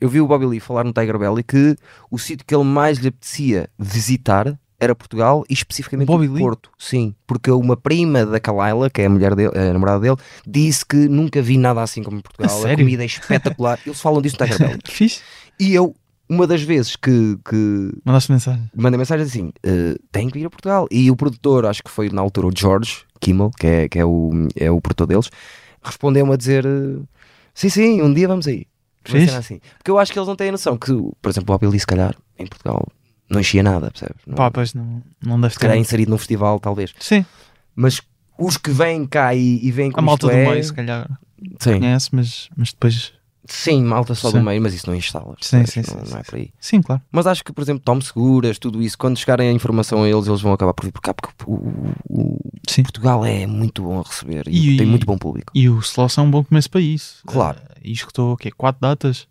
Speaker 2: eu vi o Bobby Lee falar no Tiger Belly que o sítio que ele mais lhe apetecia visitar era Portugal e especificamente
Speaker 1: Bobby
Speaker 2: o
Speaker 1: Lee?
Speaker 2: Porto. Sim, porque uma prima da Kalaila, que é a mulher dele, a namorada dele, disse que nunca vi nada assim como em Portugal.
Speaker 1: sério?
Speaker 2: comida é espetacular. Eles falam disso no Tiger Belly.
Speaker 1: que fixe.
Speaker 2: E eu, uma das vezes que, que
Speaker 1: Mandaste mensagem.
Speaker 2: mandei mensagem assim: "Eh, tem que vir a Portugal. E o produtor, acho que foi na altura o George Kimmel, que é, que é, o, é o produtor deles, respondeu-me a dizer: eh, sim, sim, um dia vamos aí. Uma
Speaker 1: Fixe.
Speaker 2: cena Assim. Porque eu acho que eles não têm a noção que, por exemplo, o Bobby Lee, se calhar, em Portugal, não enchia nada, percebes? Não, é?
Speaker 1: Pá, pois não, não deve
Speaker 2: se calhar
Speaker 1: ter.
Speaker 2: inserido num festival, talvez.
Speaker 1: Sim,
Speaker 2: Mas os que vêm cá e, e vêm com
Speaker 1: a malta do
Speaker 2: é...
Speaker 1: meio, se calhar,
Speaker 2: Sim.
Speaker 1: conhece, mas, mas depois.
Speaker 2: sim, malta só
Speaker 1: Sim.
Speaker 2: do meio, mas isso não instala.
Speaker 1: Sim,
Speaker 2: percebes?
Speaker 1: sim, sim,
Speaker 2: Não,
Speaker 1: sim,
Speaker 2: não é por aí.
Speaker 1: Sim, claro.
Speaker 2: Mas acho que, por exemplo, Tom Seguras, tudo isso, quando chegarem a informação a eles, eles vão acabar por vir por cá, porque o, o- o
Speaker 1: Sim.
Speaker 2: Portugal é muito bom a receber e,
Speaker 1: E-
Speaker 2: tem muito bom público.
Speaker 1: E o Sloss é um bom começo para isso.
Speaker 2: Claro.
Speaker 1: Eh, E escutou o quê? Quatro datas?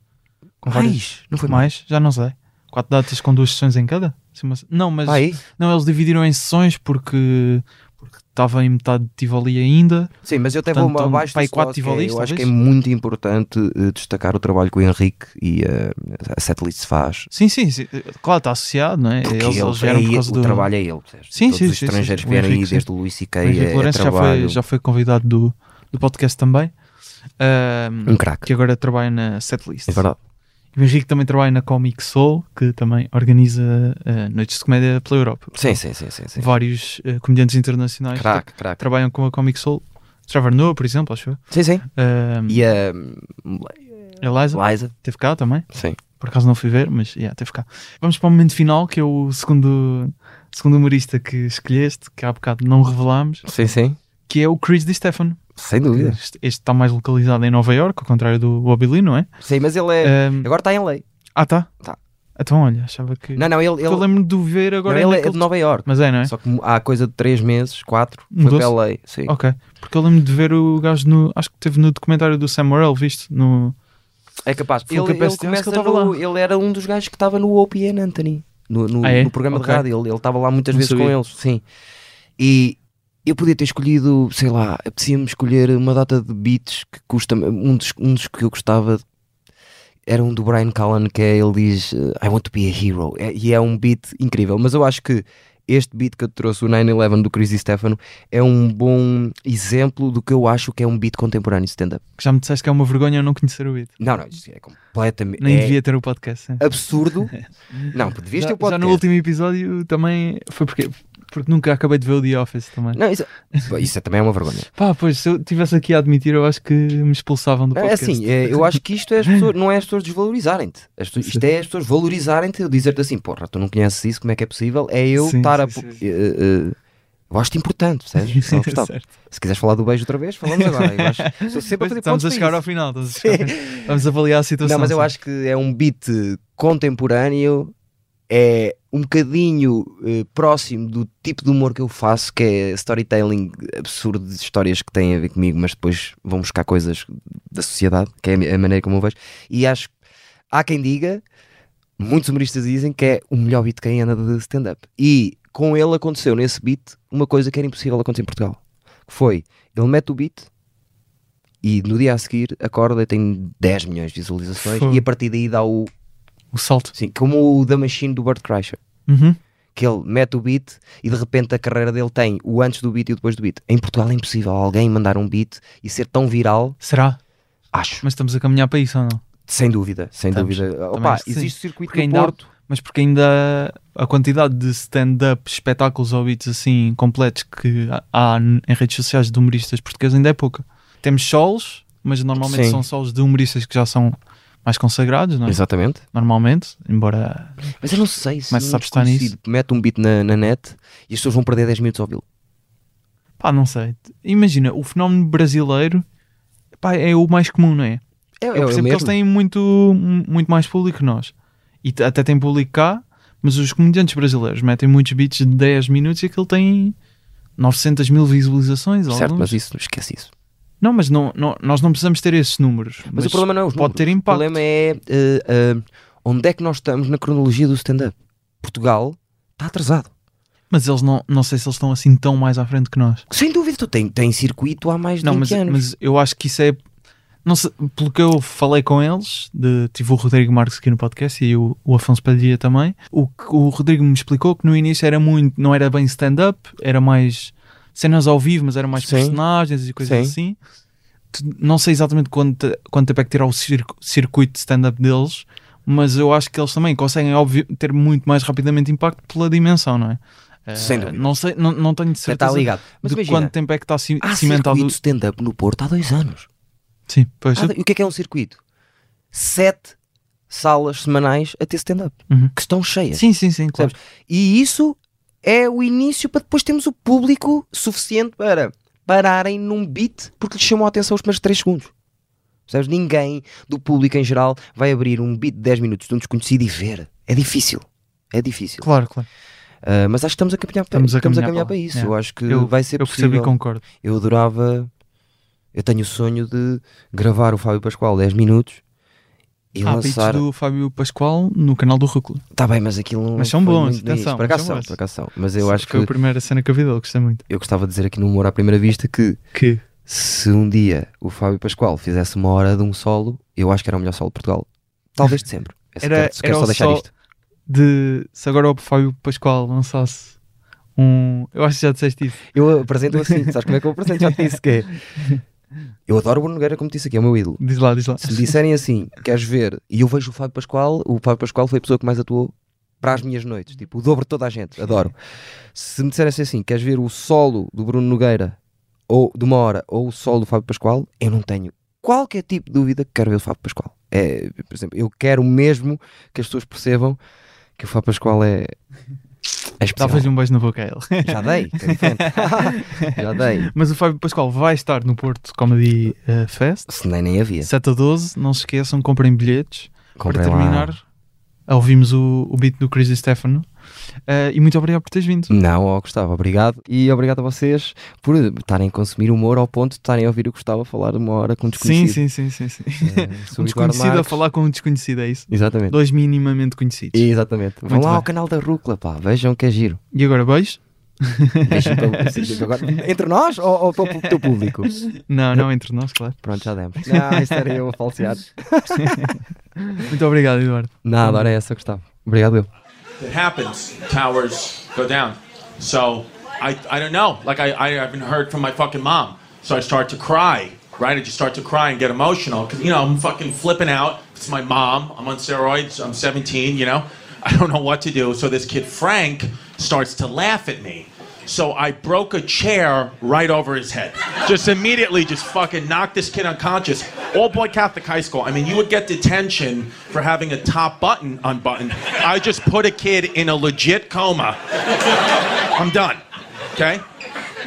Speaker 1: Com várias-
Speaker 2: Mais? Não foi mais?
Speaker 1: mais? Já não sei. Quatro datas com duas sessões em cada? Sim, mas- Não, mas.
Speaker 2: Pá, aí?
Speaker 1: Não, eles dividiram em sessões porque. Porque estava em metade de Tivoli ainda.
Speaker 2: Sim, mas eu até
Speaker 1: Portanto,
Speaker 2: vou
Speaker 1: um
Speaker 2: abaixo
Speaker 1: pai
Speaker 2: do
Speaker 1: quatro
Speaker 2: Sloss, que é-
Speaker 1: tivolistas,
Speaker 2: Eu acho que é
Speaker 1: talvez?
Speaker 2: muito importante eh, destacar o trabalho que o Henrique e eh, a Setlist faz.
Speaker 1: Sim, sim, sim. Claro, está associado, não é?
Speaker 2: Porque
Speaker 1: eles, eles
Speaker 2: é
Speaker 1: vieram por
Speaker 2: ele-
Speaker 1: causa
Speaker 2: o
Speaker 1: do.
Speaker 2: trabalho é ele. percebes?
Speaker 1: Sim,
Speaker 2: Todos
Speaker 1: sim,
Speaker 2: os
Speaker 1: sim,
Speaker 2: estrangeiros
Speaker 1: sim.
Speaker 2: que vieram
Speaker 1: O
Speaker 2: aí,
Speaker 1: Henrique,
Speaker 2: desde o Luís
Speaker 1: O
Speaker 2: C.K.
Speaker 1: Henrique
Speaker 2: é, é
Speaker 1: Lourenço já foi,
Speaker 2: trabalho.
Speaker 1: já foi convidado do, do podcast também. Ahm,
Speaker 2: Um craque.
Speaker 1: que agora trabalha na setlist.
Speaker 2: É verdade.
Speaker 1: E o Henrique também trabalha na Comic Soul, que também organiza ah, noites de comédia pela Europa.
Speaker 2: Sim, sim, sim. sim, sim.
Speaker 1: Vários ah, comediantes internacionais que
Speaker 2: Craque, craque.
Speaker 1: trabalham com a Comic Soul. Trevor Noah, por exemplo, acho eu.
Speaker 2: Sim, sim.
Speaker 1: Ah,
Speaker 2: E a
Speaker 1: Eliza,
Speaker 2: Liza.
Speaker 1: teve cá também.
Speaker 2: Sim.
Speaker 1: Por acaso não fui ver, mas yeah, teve cá. Vamos para o momento final, que é o segundo, segundo humorista que escolheste, que há bocado não revelámos,
Speaker 2: Sim, sim.
Speaker 1: que é o Chris Di Stefano.
Speaker 2: Sem dúvida.
Speaker 1: Este este está mais localizado em Nova York, ao contrário do Bobby Lee, não é?
Speaker 2: Sim, mas ele é.
Speaker 1: Ahm,
Speaker 2: Agora está em lei.
Speaker 1: ah, tá?
Speaker 2: Tá.
Speaker 1: Então, olha, achava que.
Speaker 2: Não, não, ele,
Speaker 1: Porque eu
Speaker 2: ele,
Speaker 1: lembro-me de o ver
Speaker 2: não,
Speaker 1: agora.
Speaker 2: ele é
Speaker 1: naquele-
Speaker 2: de Nova York.
Speaker 1: Mas é, não é?
Speaker 2: Só que há coisa de 3 meses, 4, foi
Speaker 1: Mudou-se?
Speaker 2: para LA. Sim.
Speaker 1: Ok. Porque eu lembro-me de ver o gajo no. Acho que teve no documentário do Sam Morrell, visto? No...
Speaker 2: É capaz.
Speaker 1: Foi o
Speaker 2: Ele,
Speaker 1: que eu
Speaker 2: ele,
Speaker 1: pensei, acho que
Speaker 2: começa
Speaker 1: ele tava
Speaker 2: no,
Speaker 1: lá.
Speaker 2: ele era um dos gajos que estava no OPN Anthony, no, no,
Speaker 1: Ah, é?
Speaker 2: no programa
Speaker 1: Ok.
Speaker 2: de rádio. Ele ele estava lá muitas
Speaker 1: Não
Speaker 2: vezes com
Speaker 1: sabia.
Speaker 2: eles. Sim. E eu podia ter escolhido, sei lá, apetecia-me escolher uma data de beats que custa. Um dos, um dos que eu gostava era um do Brian Callan que é, ele diz eh, I want to be a hero. É- e é um beat incrível. Mas eu acho que este beat que eu te trouxe, o 9-11 do Chris Di Stefano, é um bom exemplo do que eu acho que é um beat contemporâneo de stand-up.
Speaker 1: Que já me disseste que é uma vergonha eu não conhecer o beat.
Speaker 2: Não, não, isto é completamente.
Speaker 1: Nem
Speaker 2: é-
Speaker 1: devia ter o podcast. sim.
Speaker 2: absurdo. não, devias
Speaker 1: Já,
Speaker 2: ter o podcast.
Speaker 1: já no último episódio também foi porque. Porque nunca acabei de ver o The Office também.
Speaker 2: Não, isso, Pô, isso é- também é uma vergonha.
Speaker 1: Pá, pois, se eu estivesse aqui a admitir, eu acho que me expulsavam do
Speaker 2: É
Speaker 1: podcast.
Speaker 2: assim, é, eu acho que isto é as pessoas, não é as pessoas desvalorizarem-te. As pessoas- Isto é as pessoas valorizarem-te, dizer-te assim, porra, tu não conheces isso, como é que é possível? É eu
Speaker 1: Sim,
Speaker 2: estar a.
Speaker 1: sim,
Speaker 2: pu-
Speaker 1: sim, sim.
Speaker 2: eh, eh, eu acho-te importante, percebes? Só gostava.
Speaker 1: Certo.
Speaker 2: Se quiseres falar do beijo outra vez, falamos agora. Eu acho, sou sempre a
Speaker 1: Estamos
Speaker 2: fazer
Speaker 1: a
Speaker 2: pontos para
Speaker 1: chegar
Speaker 2: isso.
Speaker 1: ao final. Estamos a, chegar ao final. Vamos avaliar a situação.
Speaker 2: Não, mas eu
Speaker 1: sim.
Speaker 2: acho que é um beat contemporâneo, é um bocadinho eh, próximo do tipo de humor que eu faço, que é storytelling absurdo de histórias que têm a ver comigo, mas depois vão buscar coisas da sociedade, que é a mi- a maneira como eu vejo. E acho, há quem diga, muitos humoristas dizem que é o melhor beat que ainda de stand-up. E com ele aconteceu nesse beat uma coisa que era impossível acontecer em Portugal, que foi, ele mete o beat, e no dia a seguir acorda e tem 10 milhões de visualizações
Speaker 1: Fogo.
Speaker 2: e a partir daí dá o
Speaker 1: O salto.
Speaker 2: sim, como o da Machine do Burt Kreischer
Speaker 1: Uhum.
Speaker 2: que ele mete o beat e de repente a carreira dele tem o antes do beat e o depois do beat em Portugal é impossível alguém mandar um beat e ser tão viral
Speaker 1: Será?
Speaker 2: acho
Speaker 1: Mas estamos a caminhar para isso ou não?
Speaker 2: sem dúvida sem
Speaker 1: Estamos.
Speaker 2: dúvida
Speaker 1: Também
Speaker 2: Opa,
Speaker 1: acho que sim.
Speaker 2: existe o circuito
Speaker 1: Porque
Speaker 2: do
Speaker 1: ainda há-
Speaker 2: Porto
Speaker 1: Mas porque ainda a quantidade de stand-up, espetáculos ou bits assim completos que há n- em redes sociais de humoristas portugueses ainda é pouca. Temos solos, mas normalmente
Speaker 2: Sim.
Speaker 1: são solos de humoristas que já são mais consagrados, não é?
Speaker 2: exatamente
Speaker 1: Normalmente, embora.
Speaker 2: Hum. mas eu não sei se
Speaker 1: Mas
Speaker 2: um
Speaker 1: sabes estar
Speaker 2: desconhecido mete um beat na, na net e as pessoas vão perder 10 minutos ao ouvi-lo
Speaker 1: Pá, não sei. Imagina, o fenómeno brasileiro pá, é o mais comum, não é?
Speaker 2: é, é,
Speaker 1: Eu percebo que eles têm muito, muito mais público que nós. E t- até têm público cá, mas os comediantes brasileiros metem muitos beats de 10 minutos e aquilo tem 900 mil visualizações.
Speaker 2: certo
Speaker 1: alguns.
Speaker 2: mas isso esquece isso
Speaker 1: Não, mas não, não- nós não precisamos ter esses números.
Speaker 2: Mas, o problema não é os
Speaker 1: pode
Speaker 2: números.
Speaker 1: ter
Speaker 2: O
Speaker 1: impacto.
Speaker 2: problema é eh, eh, onde é que nós estamos na cronologia do stand-up. Portugal está atrasado. é-
Speaker 1: Mas eles não, não sei se eles estão assim tão mais à frente que nós.
Speaker 2: Sem dúvida Então tem, tem circuito há mais de
Speaker 1: Não,
Speaker 2: 20
Speaker 1: mas,
Speaker 2: anos.
Speaker 1: mas eu acho que isso é. Não sei, pelo que eu falei com eles, de, tive o Rodrigo Marques aqui no podcast e o, o Afonso Padilha também. O, que o Rodrigo me explicou que no início era muito, não era bem stand-up, era mais cenas ao vivo, mas era mais
Speaker 2: Sim.
Speaker 1: personagens e coisas assim.
Speaker 2: Sim.
Speaker 1: Tu- Não sei exatamente quanto, te- quanto tempo é que tirar o cir- circuito de stand-up deles, mas eu acho que eles também conseguem óbvio, ter muito mais rapidamente impacto pela dimensão, não é? Eh,
Speaker 2: Sem dúvida.
Speaker 1: não, sei, não, não tenho de
Speaker 2: Está
Speaker 1: certeza
Speaker 2: ligado. Mas
Speaker 1: de
Speaker 2: imagina,
Speaker 1: quanto tempo é que está ci-
Speaker 2: Há
Speaker 1: cimentado.
Speaker 2: circuito stand-up no Porto há dois anos.
Speaker 1: Sim, pois.
Speaker 2: Há- e o que é que é um circuito? Sete salas semanais a ter stand-up,
Speaker 1: Uhum.
Speaker 2: que estão cheias.
Speaker 1: Sim, sim, sim, claro.
Speaker 2: E isso é o início para depois termos o público suficiente para pararem num beat porque lhes chamou a atenção os primeiros 3 segundos. Percebes? Ninguém do público em geral vai abrir um beat de 10 minutos de um desconhecido e ver. É difícil. É difícil.
Speaker 1: Claro, claro.
Speaker 2: Ah, mas acho que estamos a caminhar, para-
Speaker 1: Estamos a caminhar para
Speaker 2: para
Speaker 1: lá.
Speaker 2: isso.
Speaker 1: É.
Speaker 2: Eu acho que
Speaker 1: Eu-
Speaker 2: vai ser
Speaker 1: Eu percebo
Speaker 2: possível.
Speaker 1: e concordo.
Speaker 2: Eu adorava. Eu tenho o sonho de gravar o Fábio Pascoal 10 minutos e
Speaker 1: Há Ah, beats
Speaker 2: lançar.
Speaker 1: do Fábio Pascoal no canal do Rúcula.
Speaker 2: Tá bem, mas aquilo não.
Speaker 1: Mas são
Speaker 2: foi
Speaker 1: bons,
Speaker 2: muito nisso.
Speaker 1: atenção,
Speaker 2: Por
Speaker 1: mas
Speaker 2: acaso
Speaker 1: são
Speaker 2: são,
Speaker 1: bons.
Speaker 2: por acaso são. Mas eu acho que.
Speaker 1: Foi a primeira cena que eu vi dele, gostei muito.
Speaker 2: Eu gostava de dizer aqui no Humor à Primeira Vista que
Speaker 1: Que?
Speaker 2: se um dia o Fábio Pascoal fizesse uma hora de um solo, eu acho que era o melhor solo de Portugal. Talvez de sempre. Eu só
Speaker 1: Era-
Speaker 2: quero, só quero
Speaker 1: era
Speaker 2: só
Speaker 1: o
Speaker 2: deixar
Speaker 1: sol-
Speaker 2: isto.
Speaker 1: De, se agora o Fábio Pascoal lançasse um. Eu acho que já disseste isso.
Speaker 2: Eu apresento assim, sabes como é que eu apresento? Já te disse que é. Eu adoro o Bruno Nogueira, como te disse aqui, é o meu ídolo.
Speaker 1: Diz lá, diz lá.
Speaker 2: Se me disserem assim, queres ver, e eu vejo o Fábio Pascoal, o Fábio Pascoal foi a pessoa que mais atuou para as minhas noites, tipo, o dobro de toda a gente, adoro. Se me disserem assim, queres ver o solo do Bruno Nogueira, ou de uma hora, ou o solo do Fábio Pascoal, eu não tenho qualquer tipo de dúvida que quero ver o Fábio Pascoal. É, por exemplo, eu quero mesmo que as pessoas percebam que o Fábio Pascoal é, é especial.
Speaker 1: Davas-lhe um beijo na boca a ele.
Speaker 2: Já dei, que é diferente. já dei.
Speaker 1: Mas o Fábio Pascoal vai estar no Porto Comedy eh, Fest,
Speaker 2: Se nem, nem havia.
Speaker 1: 7 a 12. Não se esqueçam, comprem bilhetes.
Speaker 2: Comprei
Speaker 1: para
Speaker 2: lá.
Speaker 1: terminar, ouvimos o, o beat do Chris e Stefano. Eh, e muito obrigado por teres vindo.
Speaker 2: Não, ó Gustavo, obrigado. E obrigado a vocês por estarem a consumir humor ao ponto de estarem a ouvir o Gustavo a falar uma hora com um
Speaker 1: Sim,
Speaker 2: desconhecido.
Speaker 1: sim, sim, sim. sim.
Speaker 2: sim.
Speaker 1: Um desconhecido a falar com um desconhecido, é isso?
Speaker 2: Exatamente.
Speaker 1: Dois minimamente conhecidos. E,
Speaker 2: Exatamente. Vão
Speaker 1: Muito
Speaker 2: lá
Speaker 1: bem.
Speaker 2: ao canal da Rúcula, pá. Vejam que é giro.
Speaker 1: agora beijo?
Speaker 2: Beijinho pelo- sim, agora- Entre nós ou, ou para o teu público?
Speaker 1: Não, não entre nós, claro.
Speaker 2: Pronto, já demos. Não, isso era eu a falsear.
Speaker 1: Muito obrigado, Eduardo.
Speaker 2: Nada, hora é essa, Gustavo. Obrigado, eu.
Speaker 7: it happens, towers go down. So I, I don't know. Like I, I haven't heard from my fucking mom. So I start to cry, right? I just start to cry and get emotional because, you know, I'm fucking flipping out. It's my mom. I'm on steroids. I'm 17, you know? I don't know what to do. So this kid, Frank, starts to laugh at me. So I broke a chair right over his head. Just immediately, just fucking knocked this kid unconscious. All boy Catholic high school. I mean, you would get detention for having a top button unbuttoned. I just put a kid in a legit coma. I'm done. Okay?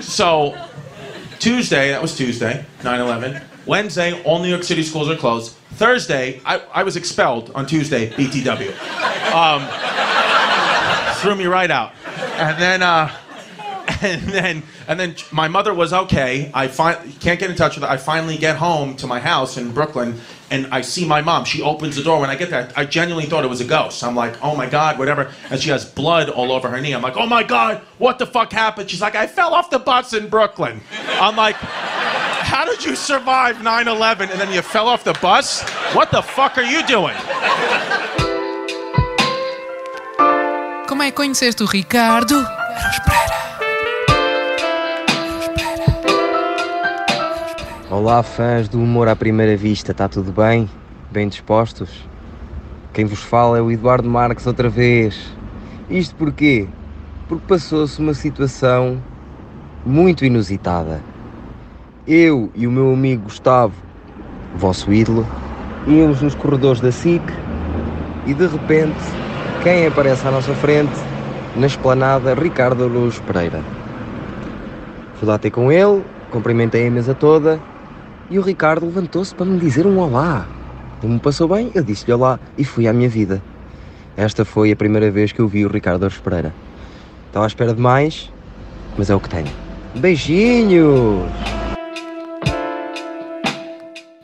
Speaker 7: So Tuesday, that was Tuesday, 9 11. Wednesday, all New York City schools are closed. Thursday, I, I was expelled on Tuesday, BTW. Um, threw me right out. And then, uh, and then and then my mother was okay. I fi- can't get in touch with her. I finally get home to my house in Brooklyn, and I see my mom. She opens the door. When I get there, I genuinely thought it was a ghost. I'm like, oh my god, whatever. And she has blood all over her knee. I'm like, oh my god, what the fuck happened? She's like, I fell off the bus in Brooklyn. I'm like. How did you survive 9 11 and then you fell off the bus? What the fuck are you doing?
Speaker 8: Como é que conheceste o Ricardo? Eros Pereira.
Speaker 2: Olá, fãs do Humor à Primeira Vista, está tudo bem? Bem dispostos? Quem vos fala é o Eduardo Marques outra vez. Isto porquê? Porque passou-se uma situação muito inusitada. Eu e o meu amigo Gustavo, vosso ídolo, íamos nos corredores da SIC e de repente, quem aparece à nossa frente? Na esplanada, Ricardo Luz Pereira. Fui lá ter com ele, cumprimentei a mesa toda e o Ricardo levantou-se para me dizer um olá. Como me passou bem, eu disse-lhe olá e fui à minha vida. Esta foi a primeira vez que eu vi o Ricardo Aros Pereira. Estava à espera de mais, mas é o que tenho. Beijinhos!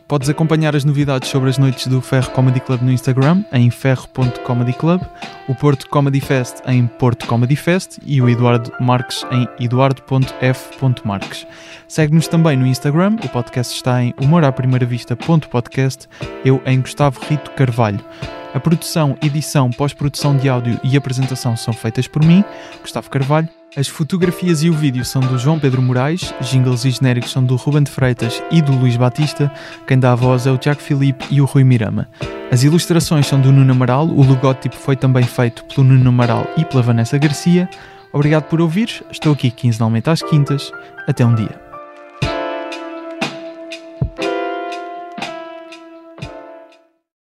Speaker 1: Podes acompanhar as novidades sobre as noites do Ferro Comedy Club no Instagram, em ferro.comedyclub, o Porto Comedy Fest em Porto Comedy Fest e o Eduardo Marques em eduardo.f.marques. Segue-nos também no Instagram, o podcast está em humoraprimeira-vista.podcast, eu em Gustavo Rito Carvalho. A produção, edição, pós-produção de áudio e apresentação são feitas por mim, Gustavo Carvalho. As fotografias e o vídeo são do João Pedro Moraes, jingles e genéricos são do Ruben de Freitas e do Luís Batista, quem dá a voz é o Tiago Filipe e o Rui Mirama. As ilustrações são do Nuno Amaral, o logótipo foi também feito pelo Nuno Amaral e pela Vanessa Garcia. Obrigado por ouvir, estou aqui quinzenalmente às quintas, até um dia.